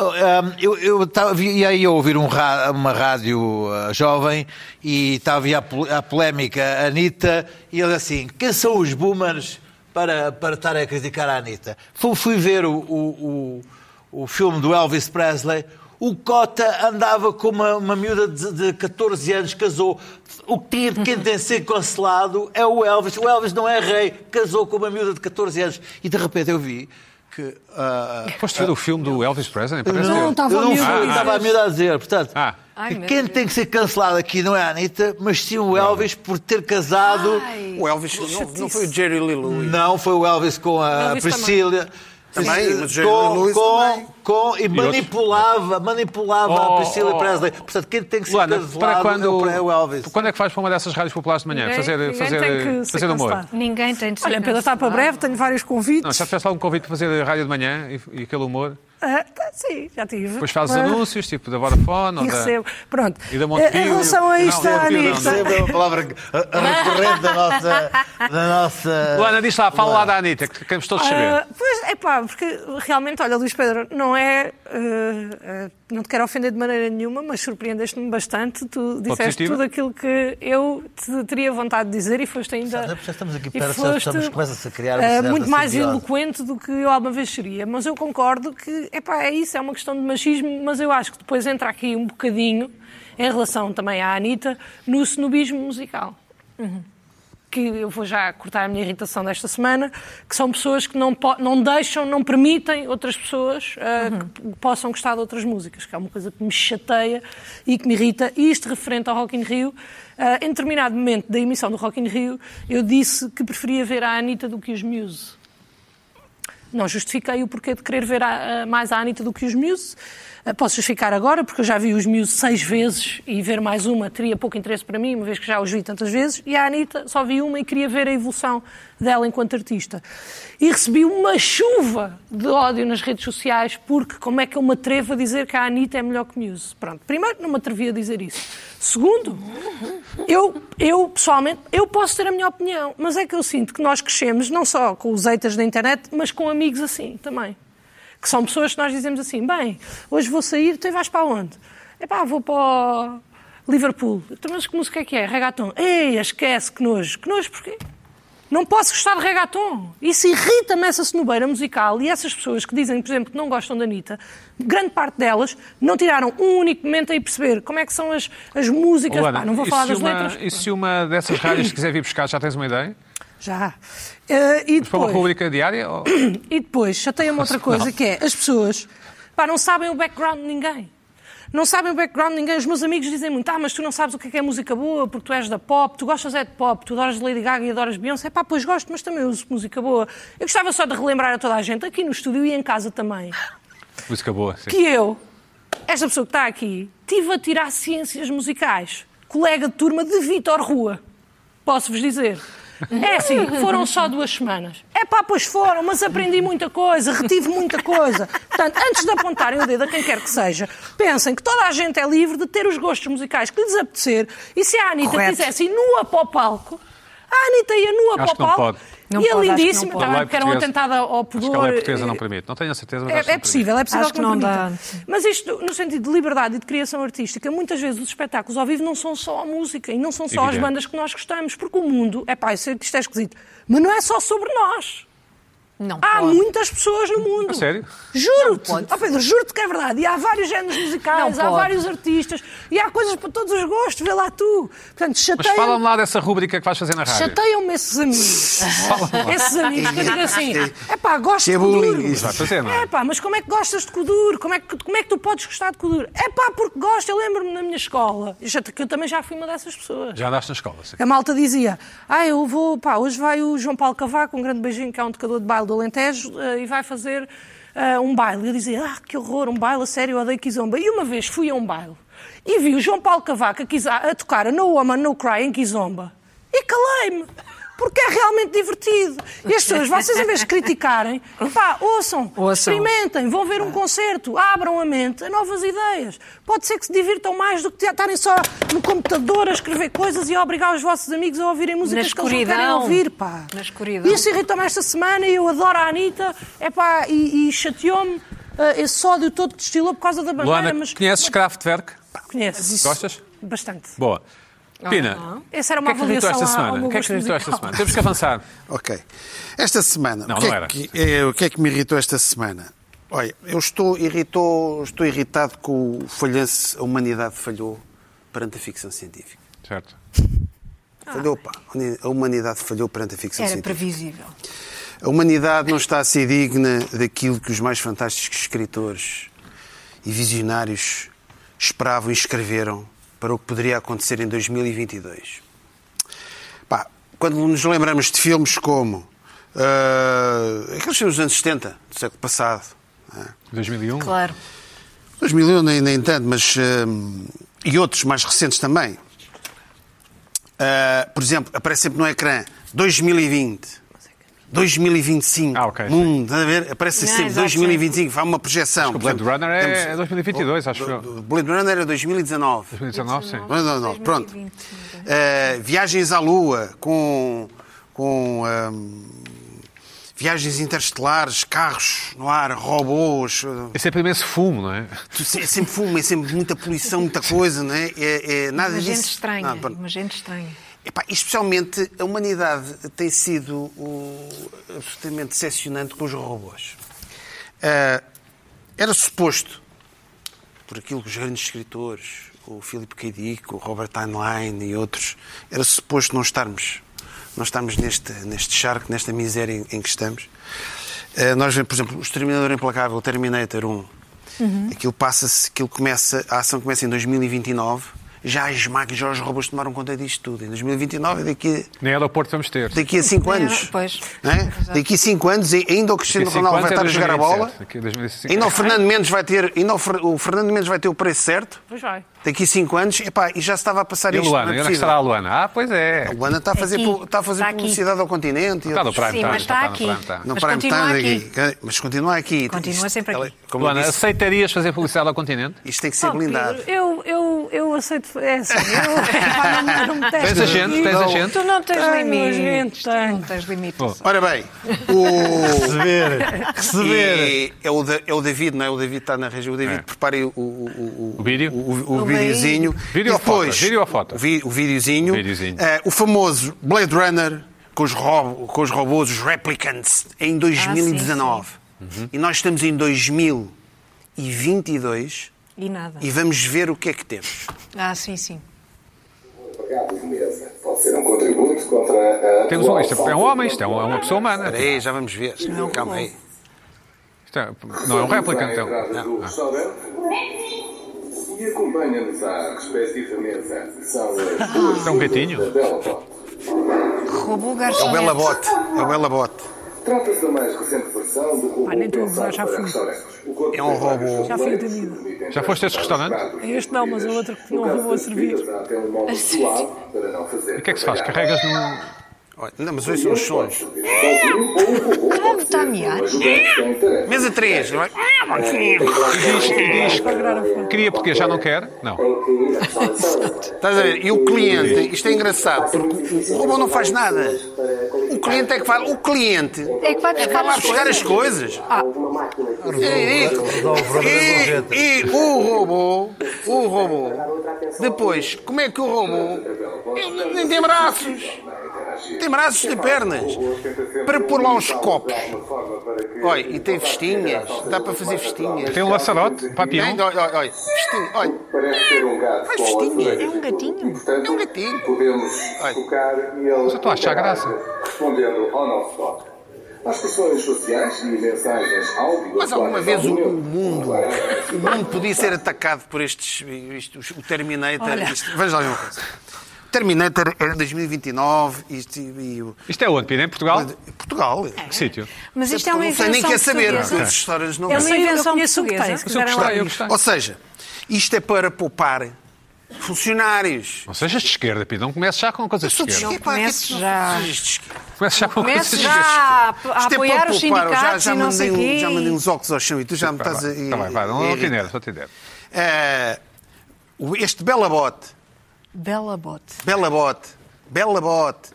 D: eu, eu tava, ia aí a ouvir um ra- uma rádio ah, jovem e estava a, pol- a polémica a Anitta e ele assim, quem são os boomers para, para estar a criticar a Anitta? Fui, fui ver o, o, o, o filme do Elvis Presley, o Cota andava com uma, uma miúda de, de 14 anos, casou. O que tinha de quem tem de ser cancelado é o Elvis. O Elvis não é rei, casou com uma miúda de 14 anos. E de repente eu vi que ah,
A: Foste ver o filme do Elvis Presley? Parece
C: Não,
A: que-
C: estava
D: eu
C: a miúda a
D: fui,
C: dizer
D: estava a
C: isso.
D: miúda a dizer. Portanto,
A: Ah.
E: Ai, meu
D: quem
E: Deus.
D: tem que ser cancelado aqui não é a Anitta, mas sim o Elvis por ter casado.
E: Ai.
B: O Elvis, não, não foi o Jerry Lee Lewis.
D: Não, foi o Elvis com a
C: Elvis
D: Priscília.
B: Também,
D: Priscília-
B: mas Jerry Lewis também.
D: com- e manipulava, manipulava
A: Oh,
D: a Priscila
A: oh.
D: Presley. Portanto, quem tem que ser
A: Luana,
D: cancelado
A: para quando,
D: é o Elvis.
A: quando é que vais para uma dessas rádios populares de manhã?
C: Ninguém-
A: fazer
C: ninguém tem
A: fazer,
C: que ser
A: fazer humor?
C: cancelado.
E: Ninguém tem de ser
C: Olha, Pedro, está para
E: cancelado.
C: breve, tenho vários convites.
A: Não, já tiveste algum convite para fazer a rádio de manhã e, e aquele humor?
C: Ah, tá, sim, já tive.
A: Depois fazes
C: Mas-
A: anúncios, tipo da Vodafone ou
C: E
A: da...
C: recebo. Pronto. Eh,
A: E da Montepio.
C: Em relação a isto,
A: Não,
C: a
A: Montepio não,
C: Anitta.
A: não.
D: Sempre é uma palavra que- a- a recorrente da nossa. Da nossa...
A: Luana, diz lá, fala lá da Anitta, que queremos todos saber.
C: Ah, pois, é pá, porque realmente, olha, Luís Pedro, não é. ah, ah, não te quero ofender de maneira nenhuma, mas surpreendeste-me bastante. Tu disseste
A: positiva.
C: tudo aquilo que eu te teria vontade de dizer e foste ainda.
D: Sabe, já estamos aqui
C: e
D: perto, já
C: foste,
D: estamos- começa-se a criar uma
C: ah,
D: certa
C: Muito mais
D: simbiose.
C: eloquente do que eu alguma vez seria. Mas eu concordo que, é pá, é isso, é uma questão de machismo, mas eu acho que depois entra aqui um bocadinho, em relação também à Anitta, no snobismo musical que eu vou já cortar a minha irritação desta semana, que são pessoas que não, po- não deixam, não permitem outras pessoas ah, que p- possam gostar de outras músicas, que é uma coisa que me chateia e que me irrita. E isto referente ao Rock in Rio, ah, em determinado momento da emissão do Rock in Rio, eu disse que preferia ver a Anitta do que os Muse. Não justifiquei o porquê de querer ver a- a- mais a Anitta do que os Muse. Ah, Posso justificar agora, porque eu já vi os Muse seis vezes e ver mais uma teria pouco interesse para mim, uma vez que já os vi tantas vezes. E a Anitta só vi uma e queria ver a evolução dela enquanto artista. E recebi uma chuva de ódio nas redes sociais, porque como é que eu me atrevo a dizer que a Anitta é melhor que Muse? Pronto, primeiro, não me atrevia a dizer isso. Segundo, eu, eu, pessoalmente, eu posso ter a minha opinião, mas é que eu sinto que nós crescemos não só com os haters da internet, mas com amigos assim também. Que são pessoas que nós dizemos assim, bem, hoje vou sair, tu vais para onde? Epá, vou para o Liverpool. Então, mas que música é que é? Regaton. Ei, esquece, que nojo. Que nojo porquê? Não posso gostar de reggaeton. Isso irrita-me essa cenobeira musical e essas pessoas que dizem, por exemplo, que não gostam da Anitta, grande parte delas não tiraram um único momento a ir perceber como é que são as, as músicas.
A: Luana,
C: Pá, não vou
A: e
C: falar
A: se
C: das
A: uma,
C: letras.
A: E se uma dessas rádios quiser vir buscar, já tens uma ideia?
C: Já. Eh, e
A: Mas para uma
C: depois,
A: rubrica diária? Ou...
C: e depois chateia-me outra coisa, que é as pessoas pá, não sabem o background de ninguém. Não sabem o background de ninguém. Os meus amigos dizem muito, ah, mas tu não sabes o que é, que é música boa, porque tu és da pop, tu gostas é de pop, tu adoras Lady Gaga e adoras Beyoncé. Pá, pois gosto, mas também uso música boa. Eu gostava só de relembrar a toda a gente, aqui no estúdio e em casa também,
A: Música boa, sim.
C: que eu, esta pessoa que está aqui, tive a tirar ciências musicais. Colega de turma de Vítor Rua. Posso-vos dizer. É assim, foram só duas semanas. É pá, pois foram, mas aprendi muita coisa, retive muita coisa. Portanto, antes de apontarem o dedo a quem quer que seja, pensem que toda a gente é livre de ter os gostos musicais que lhes apetecer. E se a Anitta
B: Correto.
C: quisesse ir nua para o palco, a Anitta ia nua para
A: Acho
C: o
A: que não
C: palco.
A: pode.
E: Não
C: e é
E: pode, acho que não
C: lindíssima,
E: pode.
C: tá bem, porque era um
A: Portuguesa.
C: atentado ao
A: Acho
C: pudor.
A: que a lei portuguesa não
C: eh,
A: permite. Não tenho a certeza, mas acho que
C: é, é
A: não permite.
C: possível, é possível
E: Acho
C: que
E: que
C: não
E: não
C: permita.
E: dá.
C: Mas isto, no sentido de liberdade e de criação artística, muitas vezes os espetáculos ao vivo não são só a música e não são só as
A: Evidente.
C: bandas que nós gostamos, porque o mundo, é pá, eu sei que isto é esquisito, mas não é só sobre nós.
E: Não
C: Há
E: pode.
C: muitas pessoas no mundo.
A: A sério?
C: Juro-te.
E: Não pode.
C: Ó Pedro, juro-te que é verdade. E há vários géneros musicais,
E: Não
C: há
E: pode.
C: vários artistas, e há coisas para todos os gostos, vê lá tu. Portanto,
A: Mas
C: chateia
A: fala-me lá dessa rúbrica que vais fazer na rádio.
C: Chateiam-me esses amigos. esses amigos que eu digo assim: é pá, gosto
B: Isso é
C: de
B: bullying,
C: Kuduro.
B: isso.
A: Vai fazer, não é?
C: É pá, mas como é que gostas de Kuduro? Como é que, como é que tu podes gostar de Kuduro? É pá, porque gosto. Eu lembro-me na minha escola, eu já- que eu também já fui uma dessas pessoas.
A: Já andaste na escola, sim.
C: A malta dizia: Ah, eu vou, pá, hoje vai o João Paulo Cavaco, um grande beijinho, que é um tocador de baile do Alentejo, eh, e vai fazer eh, um baile. Eu dizia: Ah, que horror, um baile, a sério, eu odeio Kizomba. E uma vez fui a um baile e vi o João Paulo Cavaco a, quiza- a tocar a No Woman, No Cry em Kizomba e calei-me. Porque é realmente divertido. E as pessoas, vocês em vez de criticarem, pá, ouçam,
E: Ouçam.
C: experimentem, vão
A: Ah.
C: ver um concerto, abram a mente a novas ideias. Pode ser que se divirtam mais do que estarem só no computador a escrever coisas e a obrigar os vossos amigos a ouvirem músicas que eles não querem
E: escuridão.
C: ouvir, pá.
E: Na escuridão.
C: Isso irritou-me esta semana e eu adoro a Anitta, é pá, e, e chateou-me ah, esse ódio todo que destilou por causa da bandeira,
A: Luana,
C: mas...
A: conheces Kraftwerk?
C: Conheces isso?
A: Gostas?
C: Bastante.
A: Boa. Pina,
C: Essa Ah, era
A: o que
C: uma
A: é que te irritou esta
C: avaliação ao- ao
A: semana?
C: meu
A: O que é que te
C: gosto
A: irritou esta
C: musical.
A: semana? Temos que avançar.
B: Ok. Esta semana.
A: Não,
B: o que
A: não
B: é
A: era.
B: Que, eh, o que é que me irritou esta semana? Olha, eu estou, irritou, estou irritado com o falhanço, a humanidade falhou perante a ficção científica.
A: Certo.
B: Falhou, pá. A humanidade falhou perante a ficção
E: Era
B: científica.
E: previsível.
B: A humanidade não está a ser digna daquilo que os mais fantásticos escritores e visionários esperavam e escreveram para o que poderia acontecer em 2022. Pá, quando nos lembramos de filmes como ah, aqueles filmes dos anos 70, do século passado, não é?
A: 2001?
E: Claro.
B: 2001 nem, nem tanto, mas hum, e outros mais recentes também. Ah, por exemplo, aparece sempre no ecrã 2020. 2025.
A: Ah, ok, sim.
B: Mundo, estás a ver? Aparece
E: Não,
B: sempre
E: exato,
B: 2025, faz uma projeção.
A: O Blade Runner é, é 2022, acho eu.
B: O Blade Runner era 2019.
A: 2019, sim.
B: Não, não, não. Pronto.
E: 2020.
B: Eh, viagens à Lua com. com ehm, viagens interestelares, carros no ar, robôs. eh,
A: Esse é imenso fumo, não é?
B: tu se- É sempre fumo, é sempre muita poluição, muita coisa, não é? É- é nada
E: Uma
B: disso.
E: gente estranha,
B: Não, pronto.
E: uma gente estranha.
B: Epá, especialmente a humanidade tem sido o, absolutamente decepcionante com os robôs. Ah, era suposto, por aquilo que os grandes escritores, o Philip K. Dick, o Robert Heinlein e outros, era suposto não estarmos, não estarmos neste, neste charco, nesta miséria em, em que estamos. Ah, nós vemos, por exemplo, o Exterminador Implacável, o Terminator 1.
E: Uhum.
B: Aquilo passa-se, aquilo começa, a ação começa em 2029, já as máquinas, já os robôs tomaram conta disto tudo. Em 2029 é daqui,
A: Nem aeroporto vamos ter.
B: daqui a 5
E: É,
B: anos.
E: pois.
B: não é?
E: Exato.
B: Daqui a 5 anos, e ainda o Cristiano Ronaldo
A: é
B: vai estar a jogar a bola. Ainda o Fernando Mendes vai ter, ainda o Fer- o Fernando Mendes vai ter o preço certo
C: Pois vai.
B: daqui a 5 anos, epá, e já se estava a passar
A: E a
B: isto.
A: Luana?
B: não
A: E onde
B: é
A: é que
B: possível.
A: estará a Luana? Ah, pois é.
B: A Luana está a fazer,
E: Aqui.
B: pu- está a fazer
E: Está aqui.
B: publicidade ao continente. e
A: Está no
B: outros-
A: prime
E: Sim,
A: time,
E: mas
A: já
E: está
A: no
E: aqui.
A: prime time.
B: No
E: Mas
B: prime
E: continua
B: time
E: aqui.
B: daqui. Mas continua aqui.
E: Continua sempre aqui. um
B: como eu
A: Luana,
B: disse,
A: aceitarias fazer publicidade ao continente?
B: isto tem que ser
C: Oh,
B: blindado.
C: Pedro, eu, eu, eu aceito. É assim, eu, Epá, não, não me testes
A: Tens a gente,
C: aqui.
A: tens a gente.
E: Tu não tens
C: Tenho,
E: limites.
C: gente,
E: tu
C: tenho.
E: não tens limites.
A: Bom.
B: Ora bem, o.
D: Receber, receber.
B: e é, o Da- é o David, não é? O David está na região. O David
A: É.
B: prepara o, o, o,
A: O vídeo?
B: O, o,
E: O
B: videozinho.
A: Vídeo
B: e
A: ou foto?
B: depois,
A: Vídeo ou foto?
B: O, vi, o videozinho.
A: O videozinho.
B: Eh, o famoso Blade Runner com os, ro- com os robôs, os Replicants, em 2019.
A: Uhum.
B: E nós estamos em 2022
E: E nada.
B: e vamos ver o que é que temos.
E: Ah, sim, sim.
F: Obrigado, mesa. Pode ser um contributo contra a.
A: Temos um, isto é um homem, isto é uma, é uma pessoa humana.
B: Espera aí, já vamos ver. Calma aí.
A: Isto é- não é um réplica, então.
F: Do restaurante. E acompanha-nos à respectiva mesa. que São as
A: Isto é um gatinho.
F: da Bela Porta.
E: Roubou
B: É
E: o
B: o
E: garçonete.
B: Bela Bote. É o Bela Bote.
F: Trata-se da mais recente versão do robô
C: Pá, nem estou a
F: pensado
C: usar, já
F: para
C: fui.
F: restaurantes. O corpo
B: É um
F: tem vários
B: robô.
C: Já fui
F: tamanhos
C: tenido.
F: que permitem
A: Já foste a esse
F: transportar
A: restaurante?
F: pratos,
C: É este não, mas o outro que tinha um
F: No caso
C: robô a
F: das
C: servir.
F: bebidas, há até um modo suave para não fazer
A: E o que é que se faz?
F: trabalhar.
A: Carregas no.
B: Olha, Não, mas hoje são os sons.
E: Caramba, está a miar.
B: Mesa 3.
A: Diz, queria porque já não quer? Não.
B: Estás a ver? E o cliente, isto é engraçado, porque o robô não faz nada. O cliente é que faz. O cliente
E: É que vai buscar
B: vai
E: as
B: buscar as
E: coisas.
B: coisas. É ridículo.
D: Resolve o problema das gorjetas.
B: E, e o robô, o robô, depois, como é que o robô ele nem tem braços? Tem braços de pernas. Para pôr lá uns copos. Olha, e tem festinhas. Dá para fazer festinhas.
A: Tem um laçarote, papião.
B: Tem, olha, olha, olha, festinha, olha.
F: Parece ter um gato
B: Faz
F: com a
B: festinha.
F: orelha.
E: É um gatinho.
F: Portanto,
B: É um gatinho.
F: Podemos
B: Olha.
F: tocar e ele.
A: eu estou a achar
F: interage,
A: graça.
F: Respondendo ao nosso toque. As questões sociais e mensagens áudio.
B: Mas alguma vez o, o
F: atuais,
B: mundo, o mundo podia ser atacado por estes, isto, o Terminator.
E: Olha.
B: Isto, veja lá uma coisa. O Terminator era 2029 isto, e, e o-
A: Isto é onde? Pina? Em Portugal?
B: Portugal.
A: Que sítio?
E: Mas É, isto é uma
B: não sei
E: invenção
B: nem quer saber.
E: portuguesa.
B: Todos os restaurantes não
E: É
B: vão.
E: uma invenção
C: conheço o que
E: portuguesa.
C: tem.
E: Se
A: Mas eu
E: quiserem lá
A: gostei, eu
E: ir.
A: gostei.
B: Ou seja, isto é para poupar funcionários.
A: Não sejas de esquerda, Pina. Não comeces já com coisas de
B: Sou de
A: esquerda.
B: esquerda, pá,
E: comece
B: que é que tu
E: já.
B: fazes de esquerda?
A: Comeces já com coisas de
E: Comece já
A: esquerda.
E: a, a
B: é Isto é
E: apoiar
B: para
E: os
B: poupar. Eu
E: sindicatos
B: já, já,
E: e não
B: mandei
E: sei
B: um,
E: quê.
B: já mandei uns óculos ao chão e tu já me
A: Vai,
B: estás a.
A: vai, tá bem, vai. Não, não te
B: irritar.
A: enerves, não te enerves.
B: Eh, o- Este Bela Bote
E: Bela bote.
B: Bela Bote. Bela Bote.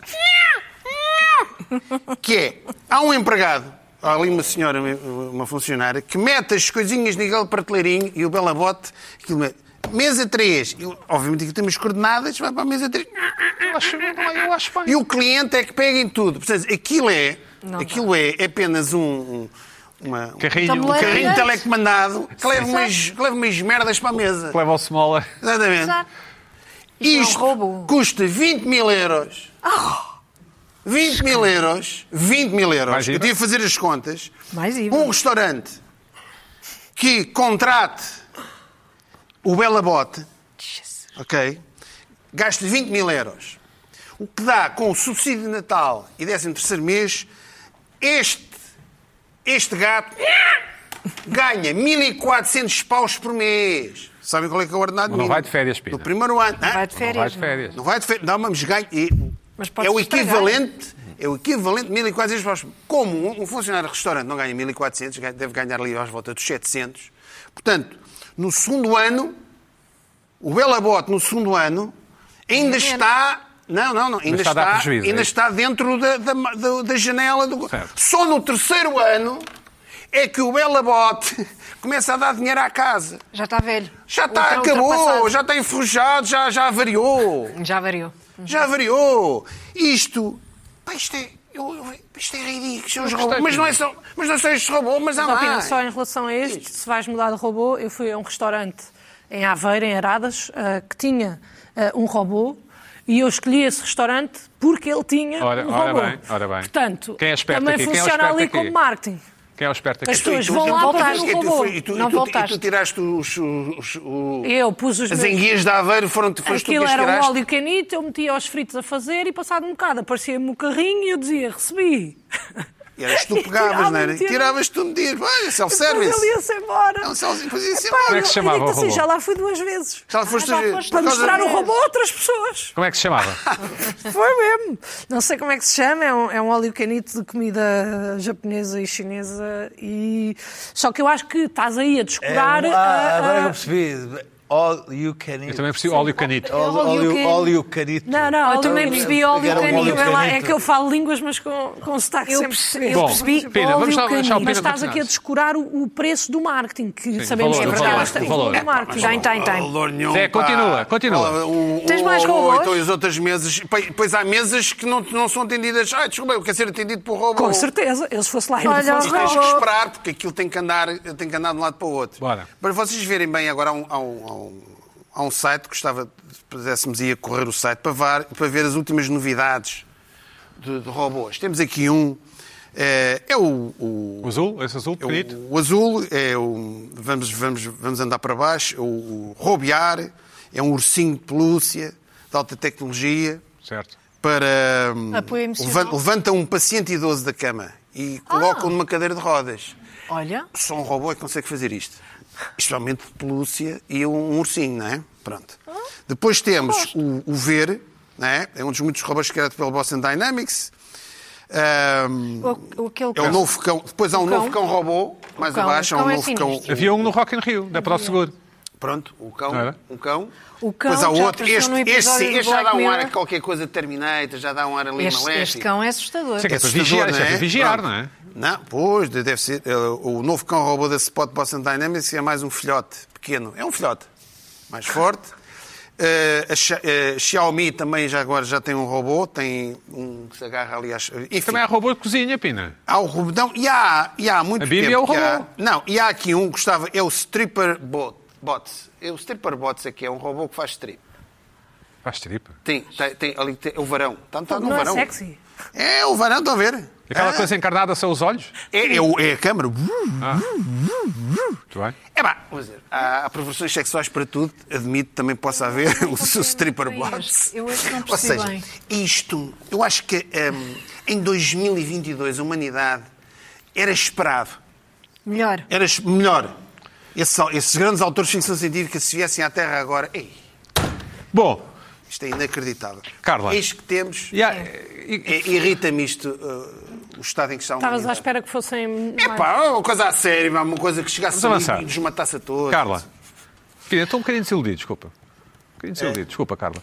B: Que é, há um empregado, há ali uma senhora, uma funcionária, que mete as coisinhas naquele prateleirinho e o Bela Bote, aquilo mete. Mesa 3. Obviamente que temos coordenadas, vai para a mesa 3.
A: Eu acho, eu acho bem.
B: E o cliente é que pega em tudo. Portanto, aquilo é,
E: Não
B: aquilo é apenas um, um- uma, um
A: Carrinho,
E: Tabuleiro.
A: o carrinho
B: carrinho telecomandado que leva, umas, que leva umas merdas para a mesa.
A: que leva ao Smola.
B: Exatamente.
E: Exato. Isto é um
B: Isto
E: roubo. Oh.
B: custa 20 mil euros. 20 mil euros. 20 mil euros.
A: Mais
B: Eu
A: IVA?
B: tive a fazer as contas.
E: Mais IVA.
B: Um restaurante que contrate o Bela Bote,
E: Jesus.
B: ok? Gaste 20 mil euros. O que dá com o subsídio de Natal e 13 terceiro mês, este, este gato ganha 1.400 paus por mês. Sabem qual é que é o ordenado
A: Não
B: mínimo?
A: vai de férias, Pina.
B: No primeiro ano. Hã?
E: Vai de
A: Não vai
E: férias.
A: de
E: não é?
A: férias.
B: Não vai de férias. Não, mas ganha. e
E: Mas pode
B: É o
E: estragar.
B: equivalente. É o equivalente a 1.400 para os... Como um- um funcionário de restaurante não ganha 1.400, ganha- deve ganhar ali às voltas dos 700. Portanto, no segundo ano, o Bela Bote, no segundo ano, ainda
E: Ainda menos.
B: está... Não, não, não. Ainda
A: está a dar
B: está,
A: prejuízo, é
B: ainda
A: isso?
B: está dentro da, da, da- da janela do...
A: Certo.
B: Só no terceiro ano é que o Bela Bote começa a dar dinheiro à casa.
E: Já está velho.
B: Já está,
E: Ultra- ultrapassado.
B: acabou, já está enferrujado, já, já variou.
E: Já variou.
B: Já variou. Isto. Pá, isto é. eu- eu- isto é ridículo. são os
A: gostei
B: robôs. Mas não, é
A: disso.
B: só, mas não são estes robôs, mas há
C: Mas opina
B: mais.
C: só em relação a este, se vais mudar de robô, eu fui a um restaurante em Aveiro, em Aradas, ah, que tinha ah, um robô e eu escolhi esse restaurante porque ele tinha
A: Ora-
C: um
A: ora
C: robô.
A: bem, ora bem.
C: Portanto,
A: Quem é esperto
C: também
A: aqui? Quem é o
C: funciona
A: esperto
C: ali
A: aqui?
C: como marketing.
A: Quem é o esperto aqui?
C: As pessoas
B: Tu-
C: vão
B: tu-
C: lá
B: tu-
C: para
B: tu-
C: ver o
B: tu-
C: robô.
B: E tu, e
E: Não
B: tu- e tu
E: voltaste.
B: tiraste os. os- o-
C: Eu pus os
B: as
C: meus-
B: enguias de Aveiro foram, foste tu que
C: Aquilo
B: as
C: era um
B: tiraste.
C: óleo canito, eu metia aos fritos a fazer e passado um bocado aparecia-me o carrinho e eu dizia, recebi.
B: E eras tu que pegavas, não era?
C: Tirava-me,
B: Tiravas tu medias. Olha,
C: Depois ele
B: self-service.
C: ia-se embora.
B: É um self- pois isso é-
C: Epá,
B: Como
A: é que se
C: eu-
A: chamava
C: eu digo-te
A: o
C: assim,
A: robô?
C: Já lá fui duas vezes.
B: Já foste.
E: Ah, já foste
C: Para
E: Por causa
C: mostrar o
E: dele.
C: robô a outras pessoas.
A: Como é que se chamava?
C: Foi mesmo. Não sei como é que se chama, é um, é um óleo canito de comida japonesa e chinesa. E... Só que eu acho que estás aí a descurar.
D: É,
C: a-
D: ah,
C: a-
D: agora que eu percebi. All you can eat.
A: Eu também preciso óleo canito.
D: All,
E: All
D: all
E: you
D: you,
E: can-
D: all you can eat.
C: Não, não, eu
E: Óleo
C: também
E: canito.
C: percebi óleo
D: Era um
C: canito.
D: óleo
C: vê lá, É
D: canito.
C: que eu falo línguas, mas com, com sotaque
E: Eu
C: sempre
E: perce-
C: português.
E: eu
A: Bom,
E: percebi
A: Pina,
E: óleo
A: vamos lá,
E: canino.
A: deixar o Pina
C: Mas é estás aqui a
A: terminar.
C: descurar o, o preço do marketing, que
A: Sim,
C: sabemos
A: valor,
C: que
E: valor,
C: elas têm
A: o valor.
C: do marketing. é
E: Tem, tem, tem.
B: É, Valor nenhum,
A: Zé,
B: pá.
A: continua, continua.
B: Olha, o-
E: Tens
B: o-
E: mais
B: ou- ou
E: robôs?
B: Então as outras mesas. Pois- Pois há mesas que não, não são atendidas. Ah, desculpa, eu quero ser atendido por robô.
C: Com certeza, eu se fosse lá ainda
E: Olha,
C: fosse
B: E tens que
E: Robô.
B: esperar, porque aquilo tem que andar, tem que andar de um lado para o outro.
A: Bora.
B: Para vocês verem bem, agora há um, há um- há um- há um site, gostava de pudéssemos ir a correr o site para, var- para ver as últimas novidades de, de robôs. Temos aqui um, eh, é, o- o,
A: O azul? Esse azul,
B: é
A: bonito?
B: o, o azul é o. Vamos, vamos, vamos andar para baixo. É o, o Robiar é um ursinho de pelúcia de alta tecnologia
A: Certo.
B: para. hum,
E: Apoio Ah, emocional. Ah.
B: levan- Levanta um paciente idoso da cama e coloca-o numa cadeira de rodas.
E: Olha,
B: Só um robô é que consegue fazer isto. Especialmente de pelúcia e um, um ursinho, não é? Pronto.
E: Ah.
B: Depois temos o, o Ver, não é? é um dos muitos robôs criados pelo Boston Dynamics. Hum,
E: o, o, aquele
B: é o novo cão. Depois há um novo
E: cão.
B: cão robô, mais
E: cão.
B: abaixo, há
E: O
B: um
E: cão é
B: novo cão.
E: sinistro.
A: Havia um no Rock in Rio, da Pro Seguro.
B: Pronto, o
A: Não
B: cão.
A: era?
B: Um cão.
E: O cão
B: Depois há
E: já
B: outro.
E: apareceu
B: Este,
E: no
B: este,
E: episódio
B: sim,
E: do
B: este já dá
E: Black
B: um ar
E: Mirror.
B: a qualquer coisa de Terminator, já dá um ar ali
E: Este,
B: maléfico.
E: este cão é assustador.
A: Isso é que é para
B: Assustador,
A: vigiar, isso é
B: não é?
A: para vigiar,
B: Pronto.
A: não é?
B: Não, pois, deve ser. eh, O novo cão robô da Spot Boston Dynamics é mais um filhote pequeno. É um filhote. Mais forte. Eh, a Xia- eh, Xiaomi também já agora já tem um robô, tem um que se agarra ali às. Enfim,
A: Também há robô de cozinha, Pina.
B: Há o Rubão e há, e há muito
A: A Bíblia
B: tempo.
A: é o
B: que há-
A: robô.
B: não, e há aqui um que gostava, é o Stripper Bot, Bots. É o Stripper Bots aqui, é um robô que faz strip.
A: Faz tripa.
B: Tem, tem, tem ali tem, é o varão. Está tá no
C: Não é
B: varão.
C: sexy.
B: É o varão, estão a ver?
A: Aquela
B: Ah,
A: coisa encarnada são os olhos?
B: é, é, o- é a câmara.
A: Muito bem.
B: É pá, vamos dizer, há, há perversões sexuais para tudo, admito, também possa haver o, o Stripper
E: não é
B: Bots.
E: este. Eu acho que não
B: Ou
E: percebi
B: seja,
E: bem.
B: isto, eu acho que hum, em 2022 a humanidade era esperado
E: Melhor.
B: eras melhor. Esse- esses grandes autores de ficção científica, se viessem à Terra agora, ei,
A: Bom,
B: isto é inacreditável.
A: Carla.
B: Eis que temos.
A: e há-
B: É,
A: e-
B: Irrita-me isto, uh, o estado em que está a
C: Estavas à
B: humanidade.
C: espera que fossem.
B: É pá, uma coisa a sério, uma coisa que chegasse
A: Vamos
B: ali
A: avançar.
B: e nos matasse a todos.
A: Carla. Pina, estou um bocadinho desiludido, desculpa. Um bocadinho
B: É.
A: desiludido, desculpa, Carla.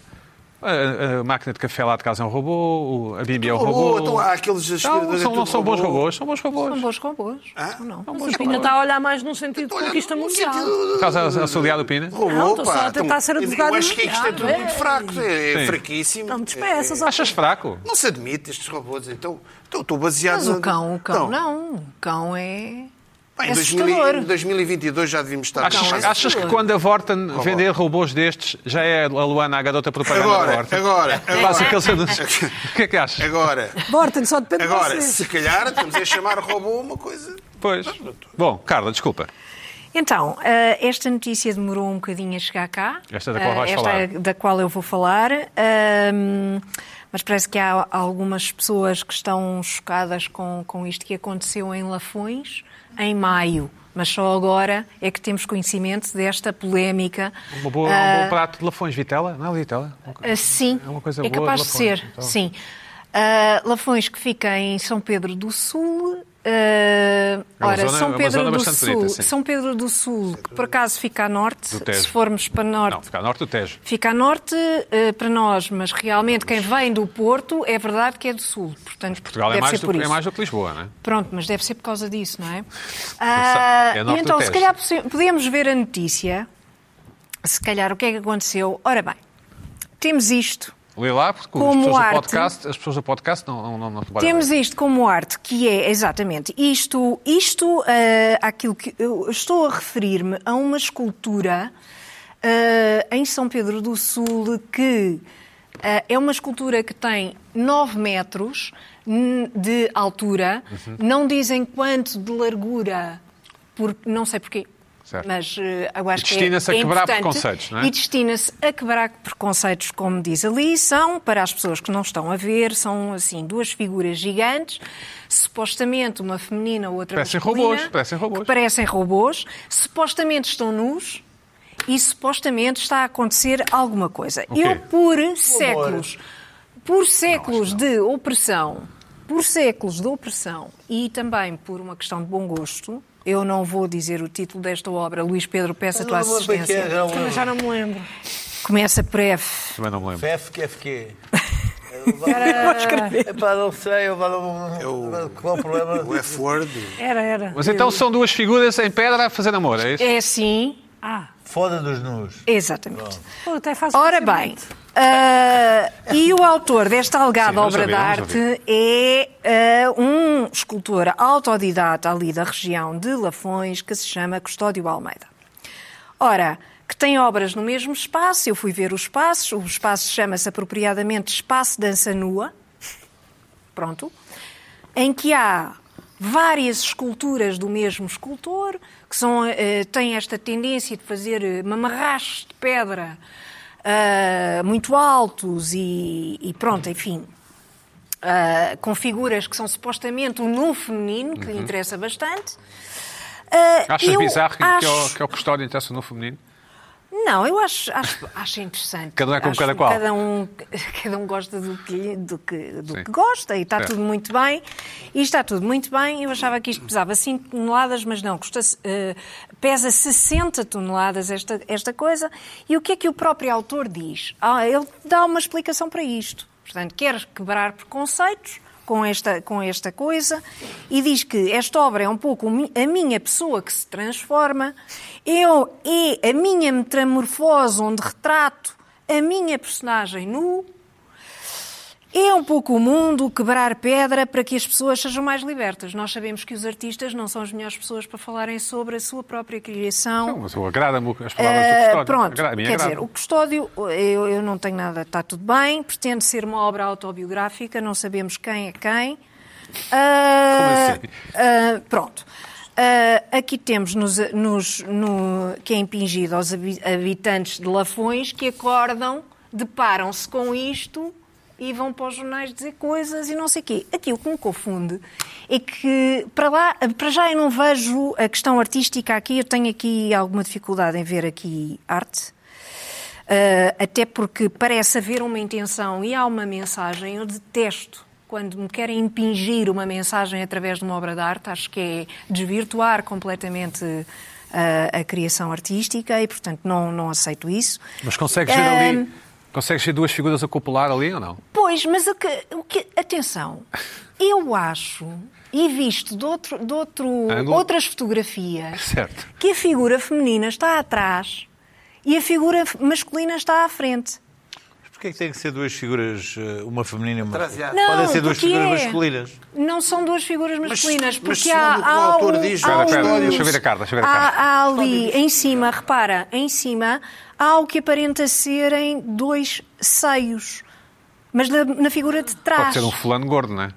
A: A, a- a máquina de café lá de casa é um robô, o- a Bimbi é um
B: Robô,
A: robô.
B: então há aqueles
A: não,
B: aspiradores, é
A: são, não
B: tudo
A: são bons
B: robô.
A: robôs, são bons
E: São
A: robôs.
E: bons robôs. Ou não?
A: Ah, São
C: Mas
A: bons
C: a Pina
A: robôs.
C: está a olhar mais num sentido de conquista
B: no
C: mundial.
B: sentido-
A: Estás a associar o Pina?
B: Robô,
C: Não, estou só
B: pá, então,
C: a tentar ser advogado
B: Eu acho que isto é
C: mundial.
B: tudo muito
C: Ei.
B: fraco, é,
A: Sim.
B: fraquíssimo.
C: Não me despeças, ó.
A: Achas fraco?
B: Não se admite estes robôs, então. então Estou baseado.
E: Mas o cão, o cão
B: Então,
E: não. O cão é.
B: Bem,
E: é
B: em
E: assustador.
B: 2022 já devíamos estar.
A: Achas,
E: Não, é
A: achas que
E: assustador.
A: quando a Vorten vender robôs destes, já é a Luana a garota propaganda da
B: Agora,
A: Vorten?
B: agora,
A: Faz
B: agora,
A: aqueles anúncios. O que é que achas?
B: agora,
C: Borten, só depende
B: agora,
C: de vocês.
B: se calhar estamos a chamar robô uma coisa.
A: Pois. Bom, Carla, desculpa.
E: Então, eh, esta notícia demorou um bocadinho a chegar cá.
A: Esta da qual
E: Eh,
A: vais
E: esta
A: falar.
E: é da qual eu vou falar. Ahm, mas parece que há algumas pessoas que estão chocadas com, com isto que aconteceu em Lafões em maio. Mas só agora é que temos conhecimento desta polémica. eh,
A: Uma boa, um bom prato de lafões, vitela? Não é vitela?
E: Ah, Sim,
A: É uma coisa
E: Ah. é
A: boa
E: capaz
A: de
E: de ser,
A: Lafões, então.
E: sim. Ah, Lafões, que fica em São Pedro do Sul. ah,
A: uma
E: ora,
A: zona- é
E: São
A: uma
E: Pedro
A: zona
E: do
A: bastante
E: Sul.
A: bonita, sim.
E: São Pedro do Sul, que por acaso fica a norte,
A: Do Tejo.
E: se formos para norte.
A: Não, fica a norte do Tejo.
E: Fica a norte eh, para nós, mas realmente quem vem do Porto é verdade que é do Sul. Portanto,
A: Portugal é
E: deve
A: mais,
E: ser
A: do,
E: por
A: que- é
E: isso.
A: mais do que Lisboa, não é?
E: Pronto, mas deve ser por causa disso, não é?
A: a
E: Ah,
A: É norte
E: e então,
A: do
E: se
A: Tejo.
E: calhar possi- podemos ver a notícia. Se calhar o que é que aconteceu? Ora bem, temos isto.
A: Lê lá, porque
E: Como
A: as, pessoas
E: arte.
A: do podcast, as pessoas do podcast não, não, não, não trabalham
E: Temos
A: bem.
E: isto como arte, que é exatamente isto, isto ah, aquilo que eu estou a referir-me a uma escultura ah, em São Pedro do Sul que ah, é uma escultura que tem 9 metros hum, de altura,
A: Uhum.
E: não dizem quanto de largura, porque não sei porquê.
A: Certo.
E: Mas ah, eu acho
A: E destina-se
E: que é,
A: a quebrar
E: importante.
A: preconceitos, não é?
E: E destina-se a quebrar preconceitos, como diz ali, são, para as pessoas que não estão a ver, são assim duas figuras gigantes, supostamente uma feminina, outra
A: Parecem
E: masculina,
A: robôs, parecem robôs.
E: que parecem robôs, supostamente estão nus e supostamente está a acontecer alguma coisa.
A: O quê?
E: Eu, por séculos, por séculos de opressão, por séculos de opressão e também por uma questão de bom gosto, eu não vou dizer o título desta obra, Luís Pedro, peço a tua assistência.
C: Também é, já não me lembro.
E: Começa breve.
A: Também não me lembro.
D: FFQ. É para não sei, eu vou. Qual o problema?
B: É O F-Word.
C: Era, era.
A: Mas então são duas figuras em pedra a fazer namoro, é isso?
E: É assim,
C: Ah,
D: Foda dos nus.
E: exatamente.
C: pô, até faço
E: Ora bem,
C: facilmente.
E: ah, e o autor desta alegada
A: Sim, vamos
E: obra
A: ouvir,
E: de
A: vamos
E: arte é ah, um escultor autodidata ali da região de Lafões que se chama Custódio Almeida. Ora, que tem obras no mesmo espaço, eu fui ver os espaços, o espaço chama-se apropriadamente Espaço Dança Nua, pronto, em que há várias esculturas do mesmo escultor, que são, eh, têm esta tendência de fazer eh, mamarrachos de pedra ah, muito altos e, e pronto, enfim, ah, com figuras que são supostamente um nu feminino, que lhe interessa bastante. Ah,
A: Achas
E: eu
A: Uhum. bizarro que, que, é o,
E: acho-
A: que é o custódio interessa no feminino?
E: não, eu acho, acho, acho interessante.
A: Cada um é como
E: Acho
A: cada
E: que
A: qual.
E: Cada um, cada um gosta do que, lhe- do que, do
A: Sim.
E: que gosta e está
A: Certo.
E: tudo muito bem. E está tudo muito bem. Eu achava que isto pesava 5 toneladas, mas não, custa, eh, pesa 60 toneladas esta, esta coisa. E o que é que o próprio autor diz? Ah, ele dá uma explicação para isto. Portanto, quer quebrar preconceitos com esta, com esta coisa e diz que esta obra é um pouco mi- a minha pessoa que se transforma, eu é a minha metamorfose onde retrato a minha personagem nu. É um pouco o mundo quebrar pedra para que as pessoas sejam mais libertas. Nós sabemos que os artistas não são as melhores pessoas para falarem sobre a sua própria criação.
A: Não, mas eu agrada-me as palavras do
E: Ah,
A: custódio.
E: pronto,
A: Agrada- a minha
E: quer
A: agrada.
E: dizer, o Custódio, eu, eu não tenho nada, está tudo bem, pretende ser uma obra autobiográfica, não sabemos quem é quem. Ah,
A: Como assim?
E: ah, pronto. Ah, aqui temos nos, nos- no- que é impingido aos habi- habitantes de Lafões que acordam, deparam-se com isto e vão para os jornais dizer coisas e não sei o quê. Aqui o que me confunde é que para lá, para já eu não vejo a questão artística aqui, eu tenho aqui alguma dificuldade em ver aqui arte. Uh, até porque parece haver uma intenção e há uma mensagem. Eu detesto quando me querem impingir uma mensagem através de uma obra de arte. Acho que é desvirtuar completamente uh, a criação artística e, portanto, não, não aceito isso. Ah,
A: Mas consegues ver ali... Consegues ver duas figuras a copular ali ou não?
E: Pois, mas o que, o que- atenção, eu acho, e visto de, outro, de outro-
A: Ângulo?
E: outras fotografias,
A: Certo.
E: que a figura feminina está atrás e a figura masculina está à frente.
D: Mas porquê é que tem que ser duas figuras, eh, uma feminina e uma masculina?
E: Não,
D: Podem ser duas
E: porque
D: figuras
E: é.
D: masculinas.
E: Não são duas figuras masculinas,
B: mas
E: porque
B: segundo
E: há.
B: o que o
E: há
B: autor
E: um-
B: diz,
E: há
A: Espera, espera,
E: um-
A: deixa eu ver a carta, deixa eu ver a
E: há-
A: carta. um
E: há ali, em cima, repara, em cima, há o que aparenta serem dois seios, mas na, na figura de
A: Pode
E: trás.
A: ser um fulano gordo, não é?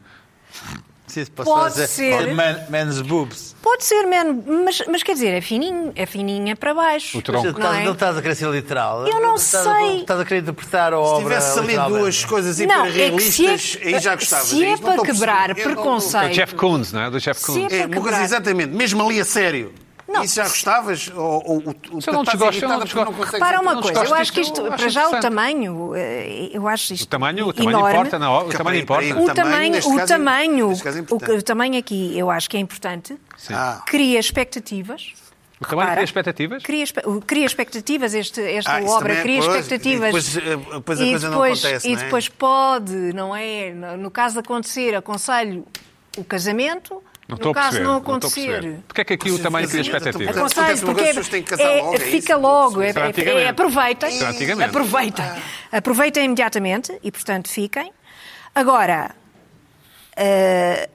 D: Sim,
E: Pode
D: dizer-
E: ser.
D: Man, men's boobs.
E: Pode ser, man, mas, mas quer dizer, é fininho, é fininha para baixo.
A: O
D: Mas
A: tronco.
D: tu estás-
E: Não é?
D: Não tá estás a querer ser literal.
E: Eu não
D: Estás-
E: sei.
D: Estás a querer interpretar a
B: Se
D: obra.
B: tivesse ali
D: literalmente.
B: duas coisas
E: Não, é que se é-
B: hiperrealistas, aí já gostava.
E: se é
B: Isto não
E: para
B: estou a perceber.
E: quebrar
B: Eu não-
E: preconceito-
A: O Jeff Koons, não é? Do Jeff
E: Se é
A: Koons.
E: para
B: É, uma coisa
E: quebrar.
B: exatamente, mesmo ali a sério.
E: Não.
B: Isso já gostavas? Ou, ou, o
A: Se eu não te gosto, eu não te gosto.
E: Para uma
A: não
E: coisa, eu
A: gosto
E: acho que
A: disto,
E: isto,
A: eu acho
E: para já o
A: interessante.
E: tamanho, eh, eu acho isto
A: O tamanho, o tamanho
E: enorme.
A: importa, não, é? o tamanho importa.
E: O tamanho,
B: neste
E: o
B: caso,
E: tamanho,
B: neste caso é
E: o, que- o
B: importante.
E: tamanho aqui eu acho que é importante.
A: Sim.
B: Ah.
E: Cria expectativas.
A: O tamanho
E: Repara.
A: cria expectativas?
E: Cria, espe- o- cria expectativas, este, esta
B: Ah, isso
E: obra
B: também é
E: cria
B: coisa.
E: expectativas.
B: E depois, eh, depois a
E: E
B: coisa não
E: depois-
B: acontece,
E: E
B: não é?
E: depois pode, não é? No no caso de acontecer, aconselho o casamento.
A: Não estou
E: no
A: a
E: caso
A: perceber.
E: não
A: estou a
E: acontcer.
A: perceber. Porquê é que aqui o tamanho cria expectativas?
B: Acontece uma
E: Aconselho,
B: coisa,
E: porque
B: as pessoas têm que casar
E: é-
B: logo, é
E: fica
B: isso?
E: logo, é,
A: Isso era
E: é-
A: antigamente.
E: é- aproveitem,
A: Isso era antigamente.
E: aproveitem,
B: Ah.
E: aproveitem imediatamente e portanto fiquem. Agora, eh,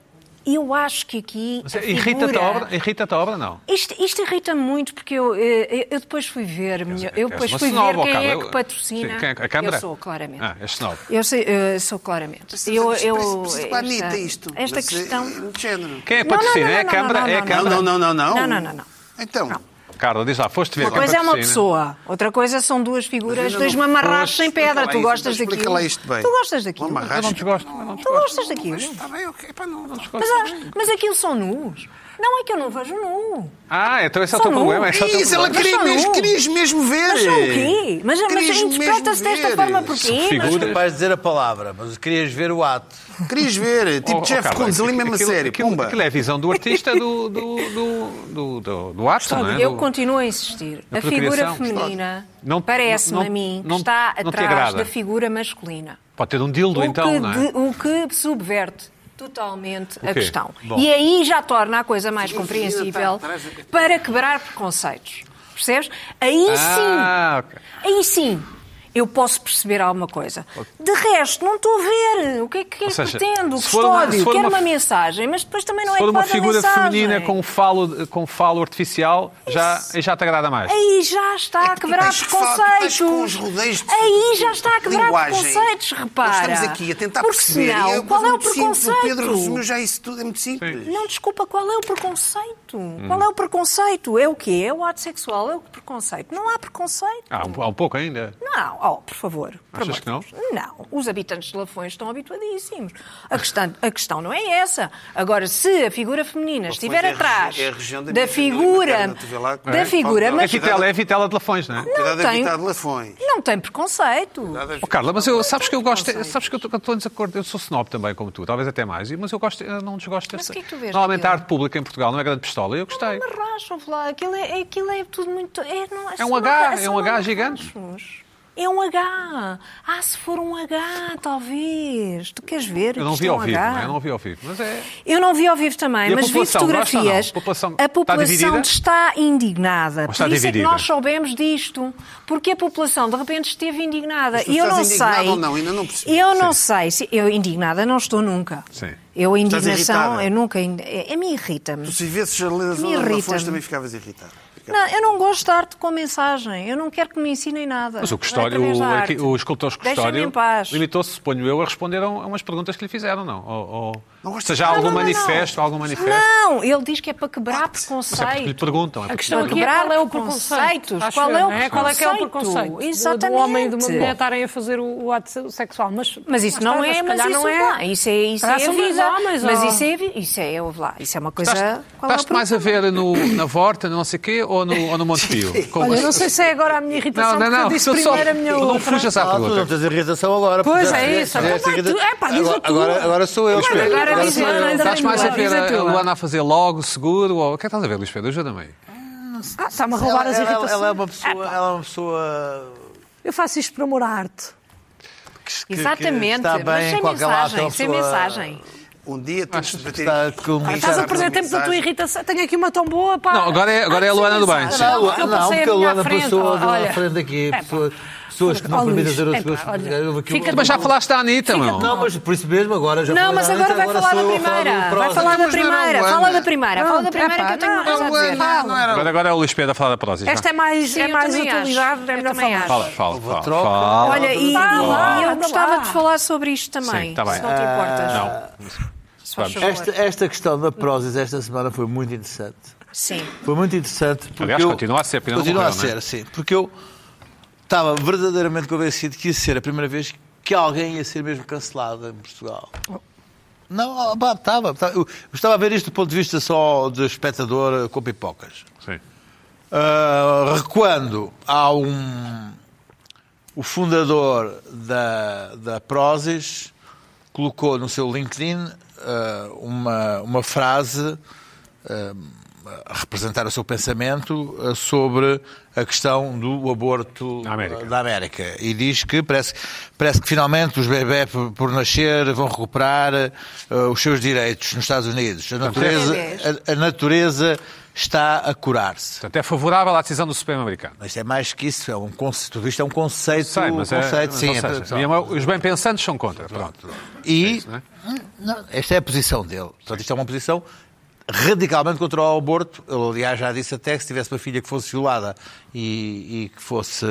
E: eu acho que aqui
A: Mas
E: a
A: Irrita-te
E: figura-
A: a obra? Irrita-te a obra, não.
E: Isto, isto irrita-me muito porque eu, eh, eu depois fui ver, minha- eu depois
A: uma
E: fui ver
A: snob, ó,
E: quem é
A: Carla.
E: que patrocina.
A: Sim, quem é- a Câmara?
E: Eu sou, claramente.
A: Ah, és snob.
E: Eu sei, eh, sou claramente.
B: é
E: Eu, eu,
B: Precisa Anitta isto.
E: Esta
B: mas, eh,
E: questão.
B: de género.
A: Quem é
E: Não, não,
A: patrocina?
E: não,
A: É a
E: não,
A: Câmara?
E: não,
A: É a
E: não,
A: Câmara?
B: Não, não, não, não.
E: Não, não, não, não.
B: Então,
A: Carla, diz lá, foste ver
E: Uma
A: quem
E: coisa é uma
A: patrocina.
E: pessoa, outra coisa são duas
B: Mas
E: figuras,
B: eu
E: dois
B: não-
E: mamarrachos sem pedra.
B: explica lá
E: Tu
B: isso,
E: gostas
B: explica
E: daquilo.
B: lá isto bem.
E: Tu gostas daquilo.
B: Mamarracho.
A: Eu não desgosto. eu não
E: Tu
A: desgosto.
E: gostas daquilo.
B: está bem, ok. Pá, não, não
E: Mas, ah, mas aquilo são nus. Não é que eu não vejo nu.
A: Ah, então esse é o
E: Só
A: teu
E: não.
A: problema. esse é o teu
B: Isso, ela
A: problema.
E: Mas
B: queria
E: só
B: mesmo,
E: não.
B: querias mesmo ver.
E: Mas são o quê? Mas, mas
B: Querias mesmo
E: interpreta-se desta
B: ver.
E: forma porquê?
A: São
E: Mas-
D: Não
A: figuras.
D: és capaz de dizer a palavra, mas querias ver o ato.
B: Querias ver, tipo
A: Oh, oh,
B: Jeff
A: Carla,
B: Koons, ali mesmo a
A: aquilo-
B: sério,
A: aquilo-
B: pumba.
A: Aquilo é a visão do artista do, do, do, do, do, do ato, não é?
E: Eu
A: Do-
E: continuo a insistir.
A: da
E: A figura
A: procriação.
E: feminina
A: Não-
E: parece-me
A: não-
E: a mim que
A: não-
E: está
A: não te
E: atrás
A: agrada.
E: da figura masculina.
A: Pode ter um dildo,
E: o,
A: então,
E: que
A: não é?
E: de- o que subverte totalmente a
A: quê?
E: questão.
D: Bom.
E: E aí já torna a coisa mais
B: Sim, tá,
E: compreensível
B: está atrás da-
E: para quebrar preconceitos. Percebes? Aí
A: Ah, ok.
E: sim, aí sim. Eu posso perceber alguma coisa. De resto, não estou a ver. O que é que
A: Ou seja,
E: pretendo?
A: se for uma-
E: Custódio,
A: se for
E: quero
A: uma-
E: uma, mensagem, mas depois também não
A: Se
E: é
A: for uma
E: adequada a
A: figura
E: mensagem.
A: feminina com falo, com falo artificial, já, aí já te agrada mais.
E: Aí já está a
B: É que tu
E: quebrar
B: tens que falar, tu
E: preconceitos.
B: estás com os rodeios de-
E: Aí já está a quebrar
B: linguagem.
E: preconceitos, repara.
B: Nós estamos aqui a tentar
E: Porque
B: perceber.
E: senão,
B: e é uma
E: qual
B: coisa
E: é o
B: muito simples,
E: preconceito?
B: O Pedro resumiu já isso tudo, é muito simples.
E: Não, desculpa, qual é o preconceito?
A: Hum.
E: Qual é o preconceito? É o quê? É o ato sexual? É o preconceito? Não há preconceito.
A: Ah, um- há um pouco ainda.
E: Não, oh, por favor. por
A: Achas
E: amor
A: que não?
E: de Deus. Não, os habitantes de Lafões estão habituadíssimos. A questão, a questão não é essa. Agora, se a figura feminina estiver
B: é a regi-
E: atrás
B: é a região da minha
E: da
B: família
E: figura,
B: materna, tu vê lá como
E: da
B: é.
E: figura,
B: Fala-
A: É
E: mas
A: vitela, é vitela de lafões, não é?
B: Cuidado a
E: tenho-
B: evitar de lafões.
E: não tem preconceito.
A: Oh, Carla, mas eu, sabes que eu gosto, sabes que eu estou- estou em desacordo, eu sou snob também, como tu, talvez até mais, e- mas eu gosto, eu não desgosto
E: Mas o que é que tu vês
A: Normalmente a
E: naquilo?
A: arte pública em Portugal não é grande pistola, e eu gostei.
E: Mas racham lá, aquilo é, aquilo é tudo muito. É, não,
A: É um
E: são
A: H,
E: aca-
A: é
E: são
A: um H
E: agarrachos.
A: gigante.
E: É um H. Ah, se for um H, talvez. Tu queres ver?
A: Eu não
E: que
A: vi
E: isto é
A: ao
E: um
A: vivo,
E: H?
A: não é? Eu não vi ao vivo, mas é...
E: Eu não vi ao vivo também,
A: E a
E: mas vi
A: população, gosta ou não?
E: fotografias.
A: A população
E: A
A: está
E: população
A: dividida?
E: está indignada.
A: Ou está
E: Por isso é que
A: dividida?
E: nós soubemos disto. Porque a população de repente esteve indignada.
B: Mas tu
E: E eu
B: estás
E: não
B: indignada
E: sei.
B: ou não? Ainda não percebi.
E: Eu não sei. se- Eu indignada não estou nunca.
A: Sim.
E: Eu a
B: Estás
E: indignação,
B: irritada?
E: eu nunca. ind- é- A mim irrita-me.
B: Tu se visses a Helena
E: Me
B: Zona de Lafões
E: irrita-me.
B: também ficavas irritado. Ficava-
E: Não, eu não gosto de arte com mensagem. Eu não quero que me ensinem nada.
A: Mas o
E: Não
A: Custódio,
E: é através da arte.
A: o, o escultor
E: Deixem-me
A: Custódio,
E: em paz.
A: limitou-se, suponho eu, a responder a um- a umas perguntas que lhe fizeram, não? Ou, ou-
B: Não gosto
A: seja,
B: de-
A: há
E: Não,
A: algum
E: não, não, não.
A: manifesto, algum manifesto?
E: Não, ele diz que é para quebrar
A: Mas é porque lhe
E: preconceito.
A: perguntam. É
C: A
A: porque
C: questão
A: lhe
C: aqui é
E: Quebrar
C: qual é o
E: preconceitos.
C: preconceito. acho
E: Qual
C: eu,
E: é o
C: não Qual é que é o
E: preconceito?
C: preconceito? do- Do
E: Exatamente.
C: homem e de uma mulher estarem a fazer o, o ato se- sexual. Mas,
E: Mas isso não
C: está,
E: é,
C: se
E: mas
C: calhar
E: isso
C: não é.
E: Isso é, isso é
C: Calhar
E: a
C: são dois
E: vida.
C: homens,
E: mas
C: ou-
E: isso é, vi- isso é, ouve lá, isso é uma coisa. Qual é o
A: Estás-te mais a ver no, na Vorta, no não sei quê, ou no, ou no Monte Pio? Como-
C: Olha, eu não sei se é agora a minha irritação,
A: Não, não,
C: porque
A: não.
C: eu disse
A: só- só-
C: primeiro a minha
A: não
C: outra.
A: fujas à
D: Ah, tu não
A: pergunta.
D: tens irritação agora.
C: Pois,
D: pudeste-
C: é isso.
D: pudeste-
C: Agora tu- é pá, diz a
D: Agora-
C: tua.
D: Agora, agora sou eu.
C: Mas
D: Pedro.
C: agora
D: Agora
C: diz
D: sou
C: a
D: eu.
C: Ana.
A: é Estás mais a
C: Diz
A: ver
C: a
A: a
C: tua.
A: Luana a fazer logo, seguro, ou... O que é que estás a ver, Luís Pedro? Ajuda-me aí.
C: Ah, está-me a
D: Ela,
C: roubar as
D: ela-
C: irritações.
D: ela é uma pessoa, ela é uma pessoa
C: Eu faço isto por amor à arte.
D: que, que
E: Exatamente.
D: está bem
E: mas
D: em
E: sem
D: qualquer lado,
E: mensagem,
D: é uma
E: sem
D: pessoa-
E: mensagem.
B: Um dia temos de bater
D: está
B: isto.
D: com-
B: Ah,
C: Estás a
B: Exato,
C: perder
B: uma
C: tempo da tua
B: mensagem.
C: irritação. Tenho aqui uma tão boa, pá.
A: Não, agora é- agora é a
C: Ah,
A: Luana do bem.
C: sim,
D: Não,
C: eu
D: não,
C: passei
D: porque
C: minha
D: a Luana
C: à frente,
D: passou à
C: olha.
D: frente aqui.
C: É pá.
D: Pessoas, pessoas que
C: Ó,
D: não permitem
C: Luís,
D: dizer as
C: é
D: suas
C: pá, olha,
D: houve aqui
C: fica-
D: um-
A: Mas já falaste à Anitta, meu.
D: Não, mas por isso mesmo agora já
E: Não,
D: falei
E: mas
D: da
E: agora
D: Anitta,
E: vai falar
D: sou
E: da
D: eu a falar do
E: primeira. Vai falar
D: próximo.
E: da
B: Mas não era
E: primeira.
B: o
E: Fala
B: Ana.
E: da primeira. Fala da primeira que eu tenho uma coisa a dizer.
B: Não era
A: Agora, agora é o Luís Pedro a falar da próxima.
C: Esta é mais,
E: Sim,
C: é
E: eu
C: mais
E: também acho.
C: utilidade, é
E: Eu
C: melhor
E: também
C: falar.
E: acho.
A: Fala, fala, fala.
D: troca.
A: fala.
E: Olha, e,
C: Anda
E: e-
C: lá,
E: e eu
C: anda
E: gostava
C: lá.
E: de falar sobre isto também,
A: Sim, tá bem.
E: se não te importas.
A: Não.
E: Se faz
A: Vamos.
E: favor.
D: Esta, esta questão da Prozis esta semana foi muito interessante.
E: Sim.
D: Foi muito interessante. Porque
A: Aliás,
D: eu,
A: continua a ser, porque ainda não
D: Continua a
A: morreu,
D: ser,
A: não é?
D: sim. Porque eu estava verdadeiramente convencido que ia ser a primeira vez que alguém ia ser mesmo cancelado em Portugal. Não, ah, pá, estava. estava. Eu estava a ver isto do ponto de vista só de espectador eh, com pipocas.
A: Sim.
D: Uh, recuando há um o fundador da, da Prozis colocou no seu LinkedIn uh, uma, uma frase um, a representar o seu pensamento uh, sobre a questão do aborto
A: Na América.
D: uh, da América e diz que parece, parece que finalmente os bebés por, por nascer vão recuperar uh, os seus direitos nos Estados Unidos. A natureza, a- a natureza está a curar-se.
A: Portanto, é favorável à decisão do Supremo Americano.
D: Mas isto é mais que isso, é um conceito, tudo isto é um conceito,
A: Sei, mas é,
D: conceito sim.
A: ou
D: é-
A: seja,
D: pronto.
A: e é uma- os bem-pensantes são contra. Pronto.
D: e
A: isso, não é?
D: não, esta é a posição dele. Portanto, isto é uma posição radicalmente contra o aborto. Ele, aliás, já disse até que se tivesse uma filha que fosse violada e, e que fosse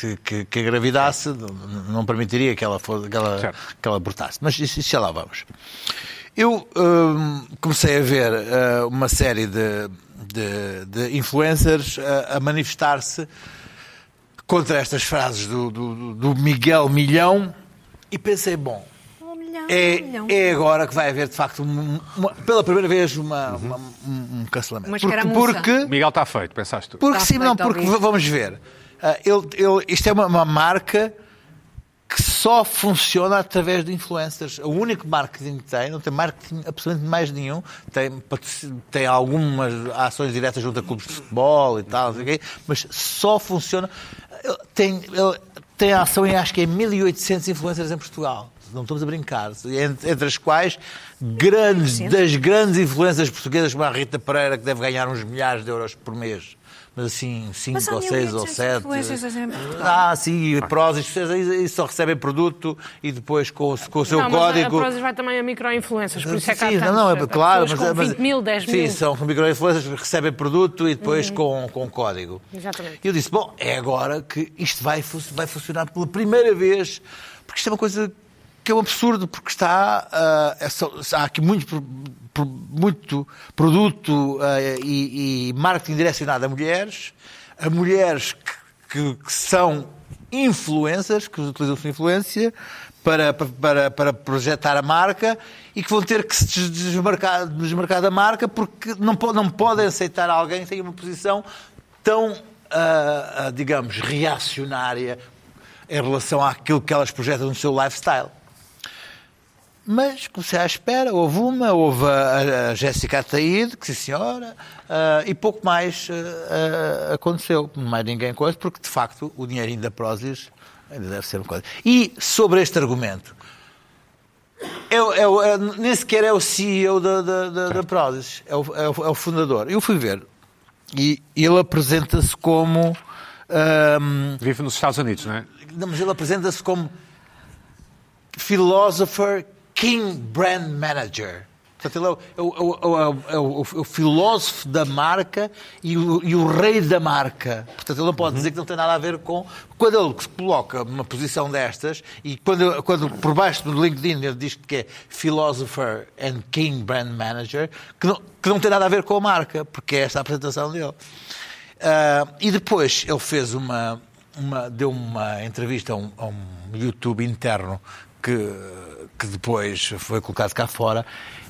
D: que- que, que engravidasse, não- não permitiria que ela, fosse, que ela,
A: Certo.
D: que ela abortasse. Mas isso, isso já lá vamos. Eu hum, comecei a ver ah, uma série de, de- de influencers ah, a manifestar-se contra estas frases do, do- do Miguel Milhão e pensei, bom,
E: Um milhão,
D: é,
E: um milhão.
D: é agora que vai haver de facto um- uma- pela primeira vez uma- uma- um, um cancelamento.
E: Uma
D: porque
E: escaramuça.
A: O
D: porque,
A: Miguel está feito, pensaste tu.
D: porque
E: Está
D: sim, não,
E: feito,
D: porque
E: Luís.
D: vamos ver. Ah, ele- ele- isto é uma, uma marca que só funciona através de influencers. O único marketing que tem, não tem marketing absolutamente mais nenhum, tem, patroci- tem algumas ações diretas junto a clubes de futebol e tal, não sei o quê, mas só funciona. Ele Tem, ele tem ação em acho que é 1800 influencers em Portugal. Não estamos a brincar. Entre, entre as quais, grandes, das grandes influencers portuguesas, como a Rita Pereira, que deve ganhar uns milhares de euros por mês. Mas assim,
E: Mas
D: 5
E: há
D: ou 6 ou
E: 1800
D: 7.
E: influencers é em Portugal.
D: Ah, sim, e Prozis, e só recebem produto e depois com, o- com o seu
C: não, mas a-
D: código.
C: a Prozis vai também a microinfluências, por isso é que há
D: Sim, não,
C: tantos,
D: não,
C: eh,
D: é claro, mas,
C: pessoas com
D: mas-
C: 20 mil, 10
D: sim,
C: mil. Uhum.
D: são microinfluencers que recebem produto e depois com, com código.
C: Exatamente.
D: E eu disse, bom, é agora que isto vai, fu- vai funcionar pela primeira vez, porque isto é uma coisa que é um absurdo, porque está, ah, é só- há aqui muito, pro- pro- muito produto ah, e, e marketing direcionado a mulheres, a mulheres que, que- que são influencers, que utilizam sua influência para, para, para projetar a marca e que vão ter que se des- desmarcar, desmarcar da marca porque não, po- não podem aceitar alguém que tenha uma posição tão, ah, ah, digamos, reacionária em relação àquilo que elas projetam no seu lifestyle. Mas comecei à espera, houve uma, houve a, a- a Jéssica Ataíde, que sim senhora, ah, e pouco mais ah, ah, aconteceu, mais ninguém coisa, porque de facto o dinheirinho da Prozis ainda deve ser uma coisa. E sobre este argumento, é o- é o- é- nem sequer é o CEO da, da, da, da Prozis, é o, é o- é o fundador. Eu fui ver, e ele apresenta-se como... ah, ahm,
A: Vive nos Estados Unidos, não é?
D: não, mas ele apresenta-se como philosopher king brand manager. Portanto, ele é o, é o- é o- é o- é o- é o filósofo da marca e o, e o rei da marca. Portanto, ele não pode dizer que não tem nada a ver com. Quando ele se coloca numa posição destas e quando, quando por baixo do LinkedIn ele diz que é philosopher and king brand manager, que não, que não tem nada a ver com a marca, porque é esta a apresentação dele. Ah, e depois ele fez uma, uma- deu uma entrevista a um, a um YouTube interno que, que depois foi colocado cá fora,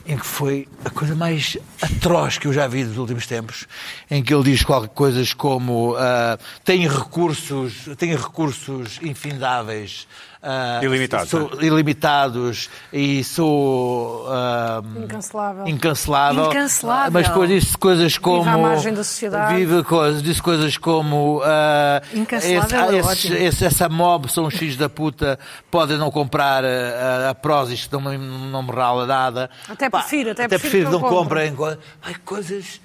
D: em que foi a coisa mais atroz que eu já vi dos últimos tempos, em que ele diz qualquer coisas como ah, tem recursos, tem recursos infindáveis. ah,
A: Ilimitados,
D: sou- ilimitados e sou ah,
C: Incancelável.
D: incancelável,
E: Incancelável.
D: mas depois disse coisas como
C: à margem da sociedade.
D: Vive Diga coisas, disse coisas como ah,
E: Incancelável é
D: esse-
E: ótimo.
D: esse- essa mob são os filhos da puta, podem não comprar ah, a, a Prozis, que não, me- não me rala nada.
C: Até prefiro, até prefiro
D: prefiro
C: que
D: não
C: não
D: comprem. Ai, coisas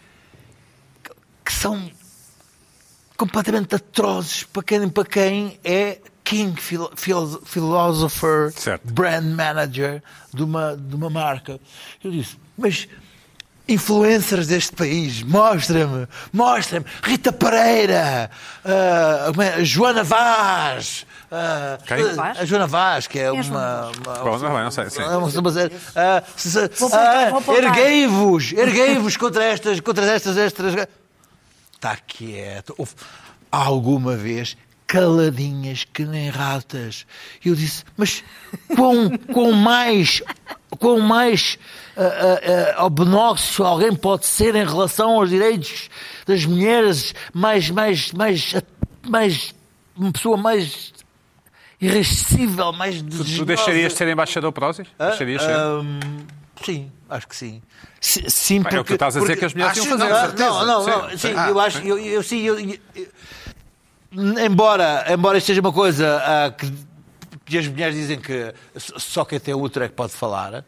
D: que- que são completamente atrozes para quem, para quem é king philo- philo- philosopher,
A: Certo.
D: brand manager de uma, de uma marca. Eu disse, mas influencers deste país, mostra-me, mostra-me. Rita Pereira, ah, como é? Joana Vaz. ah,
A: Quem?
D: a- a Joana Vaz, que é uma. uma-
A: Bom, não, vai, não sei. Sim.
D: é uma- mas é- ah, se- se-
E: apontar,
D: ah,
E: vou apontar.
D: Erguei-vos, erguei-vos contra estas, contra estas, estas. Está quieto. Houve Tá alguma vez que caladinhas que nem ratas. E eu disse, mas quão, quão mais, quão mais ah, ah, ah, obnóxio alguém pode ser em relação aos direitos das mulheres, mais, mais, mais, mais, uma pessoa mais irresistível, mais
A: Tu,
D: desgosta.
A: tu deixarias de ser embaixador para Osis?
D: Ah,
A: Deixarias de ser?
D: Hum, sim, acho que sim. Si- Sim,
A: Bem, é o que tu estás a dizer que as mulheres iam
B: achas-
A: fazer.
B: não,
A: com certeza.
D: não, não, não,
A: Sim, Ah,
D: sim,
A: sim.
D: eu acho, eu, eu sim, eu- eu- eu- embora, embora isto seja uma coisa ah, que, que as mulheres dizem que só- só quem tem útero é que pode falar,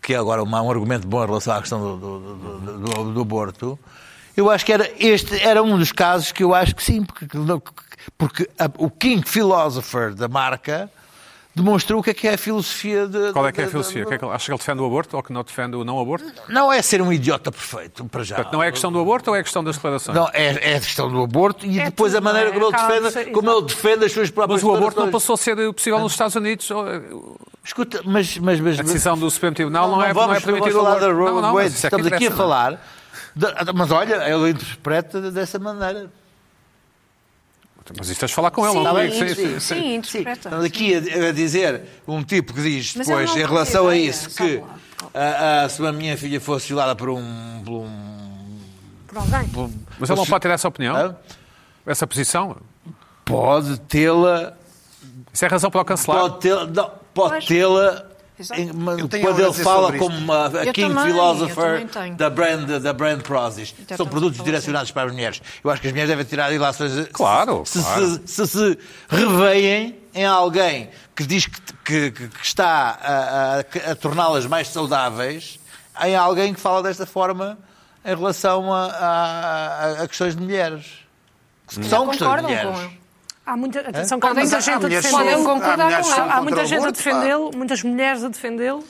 D: que é agora uma- um argumento bom em relação à questão do, do- do- do- do- do aborto, eu acho que era, este era um dos casos que eu acho que sim, porque, porque a- o King Philosopher da marca demonstrou o que é que é a filosofia de...
A: Qual é que é a
D: de- de-
A: filosofia?
D: de-
A: Que é que ele- Acha que ele defende o aborto ou que não defende o não aborto?
D: Não é ser um idiota perfeito, para já.
A: Portanto, não é a questão do aborto ou é a questão das declarações?
D: Não, é, é a questão do aborto e
C: É
D: depois
C: tudo,
D: a maneira
C: não é?
D: como, ele
C: Acaba de
D: defende,
C: ser-
D: como ele defende as suas próprias
A: Mas o aborto não
D: declarações.
A: passou a ser possível nos Estados Unidos. ou-
D: Escuta, mas, mas, mas,
A: A decisão do Supremo Tribunal não, é,
D: vamos,
A: não é permitido o
D: vamos falar
A: aborto.
D: da Roe
A: Não, não, mas
D: Wade.
A: isso é que
D: Estamos aqui a
A: interessa, não é?
D: falar. da- mas olha, ele interpreta dessa maneira.
A: Mas isto tens de falar com ele,
E: Sim,
A: não
D: Está
A: é?
D: bem?
A: comigo? Sim, sim, sim.
E: Sim,
D: Sim,
E: interpreta.
D: estamos aqui a, a dizer um tipo que diz
E: Mas
D: depois,
E: eu não
D: em relação a
E: tenho
D: isso,
E: ideia,
D: que
E: sabe lá.
D: ah, ah, se a minha filha fosse violada por um. Por um,
C: Por alguém.
D: por um-
A: Mas ele não pode ter essa opinião,
D: Ah,
A: essa posição.
D: Pode tê-la
A: Isso é razão para o cancelar.
D: Pode tê-la. não, Pode
E: Pois.
D: tê-la.
E: Exato.
D: em- mas
B: Eu tenho
D: Quando
B: algo a
D: ele
B: dizer
D: fala
B: sobre isto.
D: como uma, a
E: Eu
D: King
E: também, eu
D: Philosopher
E: também tenho.
D: da brand, da brand Prozis.
E: Eu
D: São
E: também
D: produtos
E: estou a
D: direcionados para as mulheres. Eu acho que as mulheres devem tirar ilações. se-
A: Claro,
D: se,
A: claro.
D: Se, se se reveem em alguém que diz que, que- que- que está a, a- a torná-las mais saudáveis, em alguém que fala desta forma em relação a, a- a- a questões de mulheres. Que são questões de
E: concordam
D: mulheres.
E: com ele.
C: Há muita, atenção, que há
E: Podem-
C: muita
E: mas
B: há
C: gente a
B: mulheres são-
E: Podem
C: defendê-lo.
E: concordar
B: há mulheres
E: com
B: que são
E: ela.
C: Há, há
B: contra
C: muita
B: o
C: gente a
B: aborto, pá.
C: defendê-lo, muitas mulheres a defendê-lo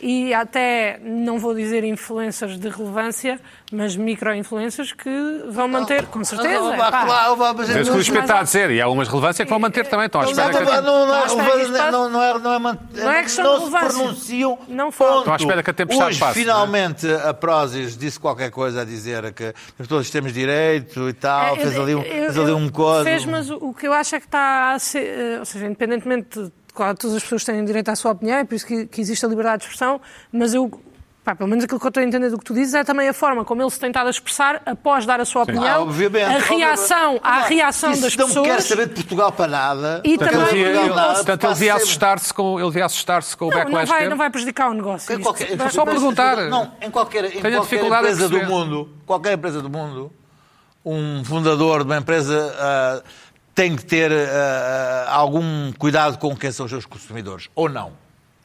C: e até, não vou dizer influências de relevância, mas micro-influências que vão manter, com certeza. é
D: Ah, vá,
C: pá.
D: claro, vá,
A: Mas
D: mas-
A: o que o
C: Mas-
A: Espírito
C: mas-
A: está a dizer, e há algumas relevâncias que vão manter também. Estão à
C: Então,
D: Não,
A: espera
D: não,
A: que-
D: não, não,
C: Não, espera
D: não,
C: tá que isso passe.
D: não, não é, não é man-
C: Não é questão de
D: não se
C: relevância.
D: pronunciam.
C: Não falam.
D: ponto.
A: Estão à espera que a tempestade
D: Hoje,
A: passe,
D: finalmente, a Prozis disse qualquer coisa a dizer que todos temos direito e tal,
C: É,
D: fez
C: eu-
D: ali um,
C: eu-
D: fez ali um
C: eu-
D: código.
C: Fez, mas o- o que eu acho é que está a ser, eh, ou seja, independentemente de claro, todas as pessoas têm direito à sua opinião, é por isso que, que existe a liberdade de expressão, mas eu, pá, pelo menos aquilo que eu estou a entender do que tu dizes é também a forma como ele se tem estado a expressar após dar a sua opinião,
D: Ah, obviamente.
C: a reação, à
D: Obviamente.
C: reação
D: Isso
C: das
D: não
C: pessoas.
D: quer saber de Portugal para nada.
C: E
D: Não quer
A: Portanto,
C: também-
A: ele
D: saber de
A: devia-
D: Portugal
A: ele-
D: nada,
A: portanto, ele devia
D: passa-
A: assustar-se com, ele devia assustar-se com o
C: não, não
A: backlash
C: vai,
A: dele.
C: não vai prejudicar o negócio.
D: Em
C: isto.
D: qualquer-
C: Vai-
A: só
C: vai-
A: perguntar.
D: Não, em qualquer, em
A: Tenho
D: qualquer
A: dificuldade em
D: empresa do
A: perceber.
D: mundo, qualquer empresa do mundo, um fundador de uma empresa ah, tem que ter ah, algum cuidado com quem são os seus consumidores, ou não.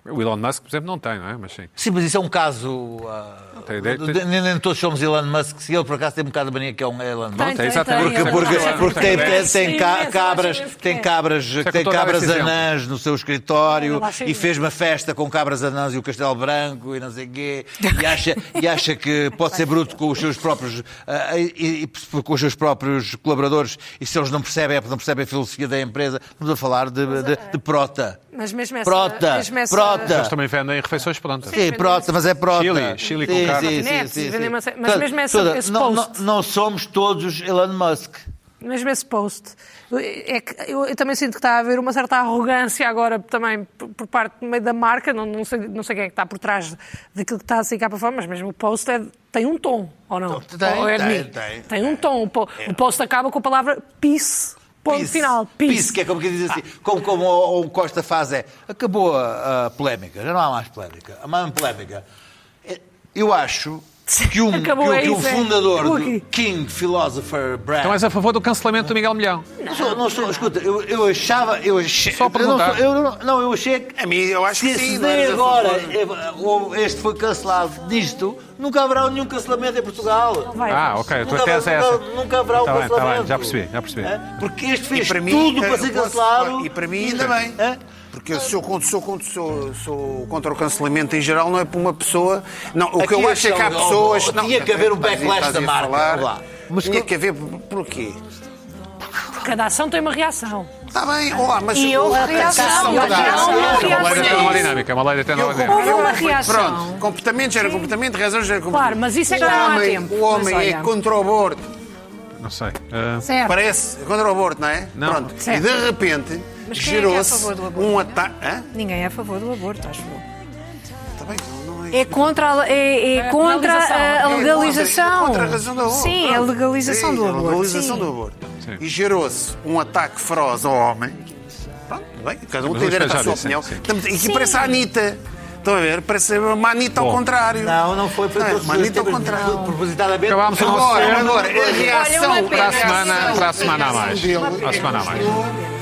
A: O Elon Musk, por exemplo, não tem, não é? Mas sim.
D: Sim, mas isso é um caso. ah,
A: Tem ideia-
D: de- nem, nem todos somos Elon Musk, se ele por acaso tem um bocado de mania que é um Elon Musk.
A: Não, tem, exatamente.
C: tem,
D: Porque, porque,
C: tem.
D: porque tem, tem, tem ca-
C: Imenso,
D: cabras,
C: acho imenso que
D: tem
C: é. Ah,
D: cabras,
A: que eu
D: tem
A: estou a dar
D: cabras
A: esse exemplo.
D: anãs no seu escritório
C: Eu acho
D: e fez uma festa com cabras anãs e o Castelo Branco e não sei quê e acha, e acha que pode ser bruto com os seus próprios ah, e- e- com os seus próprios colaboradores e se eles não percebem, é porque não percebem a filosofia da empresa, estamos a falar de, de-
C: ah,
D: de prota.
C: Mas mesmo essa-
D: prota,
C: mesmo essa-
D: prota.
A: Eles também vendem refeições prontas.
D: É. Sim, prota, mas é prota.
A: Chile, Chile com
D: Sim,
A: carne.
D: sim, sim,
C: Netos,
D: sim, sim.
C: vendem uma série- mas
D: Portanto,
C: mesmo essa-
D: toda-
C: esse
D: não, não,
C: post.
D: não somos todos Elon Musk.
C: Mesmo esse post. É que eu, eu também sinto que está a haver uma certa arrogância agora também por, por parte do meio da marca, não, não, sei, não sei quem é que está por trás daquilo que está a sair cá para fora, mas mesmo o post é- tem um tom, ou não?
D: Tem,
C: Ou é de
D: tem,
C: mim?
D: tem. É.
C: um tom. O, po- o post acaba com a palavra peace, ponto
D: Peace.
C: final. Peace.
D: Peace, que é como que diz assim, como, como o, o Costa faz é, acabou a, a polémica, já não há mais polémica, há mais polémica. É, Eu acho que um, que,
C: Acabou,
D: um-
C: é
D: que um
C: isso, é.
D: fundador
C: Acabou
D: do
C: aqui.
D: King Philosopher Brand...
A: Então és a favor do cancelamento do Miguel Milhão.
D: Não sou, não sou, escuta, eu, eu achava, eu achei...
A: Só
D: eu não,
A: perguntar.
D: sou- eu não, não, eu achei que...
B: A mim, eu acho
D: se
B: que sim.
D: se
B: não é
D: nem
B: eras a
D: agora
B: favor.
D: eh, ou este foi cancelado disto, nunca haverá nenhum cancelamento em Portugal.
C: Vai,
A: Ah,
C: vai.
A: ok. A
D: Nunca
A: tua tese é
D: haverá-
A: essa.
D: nunca- nunca haverá um
A: Tá bem, tá
D: cancelamento.
A: bem, já percebi, já percebi.
D: É? Porque este fez
B: para mim,
D: tudo para
B: eu
D: ser
B: posso-
D: cancelado.
B: e para mim-
D: ainda bem. É?
B: Porque eu sou, contra- sou, contra- sou, sou contra o cancelamento em geral, não é por uma pessoa. Não, o que
D: Aqui
B: eu acho é que há
D: estão-
B: pessoas.
D: oh, oh,
B: não,
D: tinha que haver um
B: estás aí-
D: backlash
B: estás aí
D: da
B: a
D: marca,
B: falar.
D: vá. Mas
B: tinha
D: que-
B: que haver. por- Porquê?
C: Cada ação tem uma reação.
B: Está bem, olá, mas.
E: E houve
B: a
E: reação,
B: canção
E: mas
B: da-
E: não
B: Sim,
E: houve
A: É uma lei
E: reação.
A: até aerodinâmica. É uma lei até aerodinâmica.
E: Houve uma
B: Pronto,
E: reação.
B: comportamento gera comportamento, razões gera comportamento.
C: Claro, mas isso é que
B: o
C: não há
B: homem,
E: tempo,
B: O homem
E: mas
B: é
E: olha.
B: contra o aborto.
A: Não sei. Ah,
C: Certo.
B: Parece contra o aborto, não é?
A: Não.
B: Pronto. E
C: Certo.
B: de repente
E: Mas quem é que é a
B: gerou-se
E: favor do aborto?
B: um ataque. Hã?
E: Ninguém é a favor do aborto, acho eu.
B: Está bem, não, não é.
E: É contra a, é, é
C: A
E: contra a, a
C: penalização.
B: É
E: legalização.
B: Contra, é contra a razão do aborto.
E: Sim, é a
B: Pronto.
E: legalização
B: Sim,
E: do
B: é a
E: aborto.
B: legalização
E: sim.
B: do aborto.
A: Sim.
B: E gerou-se um ataque feroz ao homem. Pronto, bem, cada um
A: Mas vamos
B: tem direito à
A: pensar
B: sua
A: nisso,
B: opinião.
A: sim, sim.
B: Estamos- E que parece a Anitta. Estão a ver? Parece uma Anitta ao
A: Bom.
B: contrário.
D: Não, não foi
B: Não,
D: para
B: é
D: todos
B: uma Anitta ao
D: os
B: contrário.
D: Propositadamente.
A: Acabámos o nosso
B: Agora,
A: tempo.
B: agora, a reação.
E: Olha, uma pena.
A: Para a semana, para a semana há mais.
B: Dele
A: Para a semana há mais.
B: é-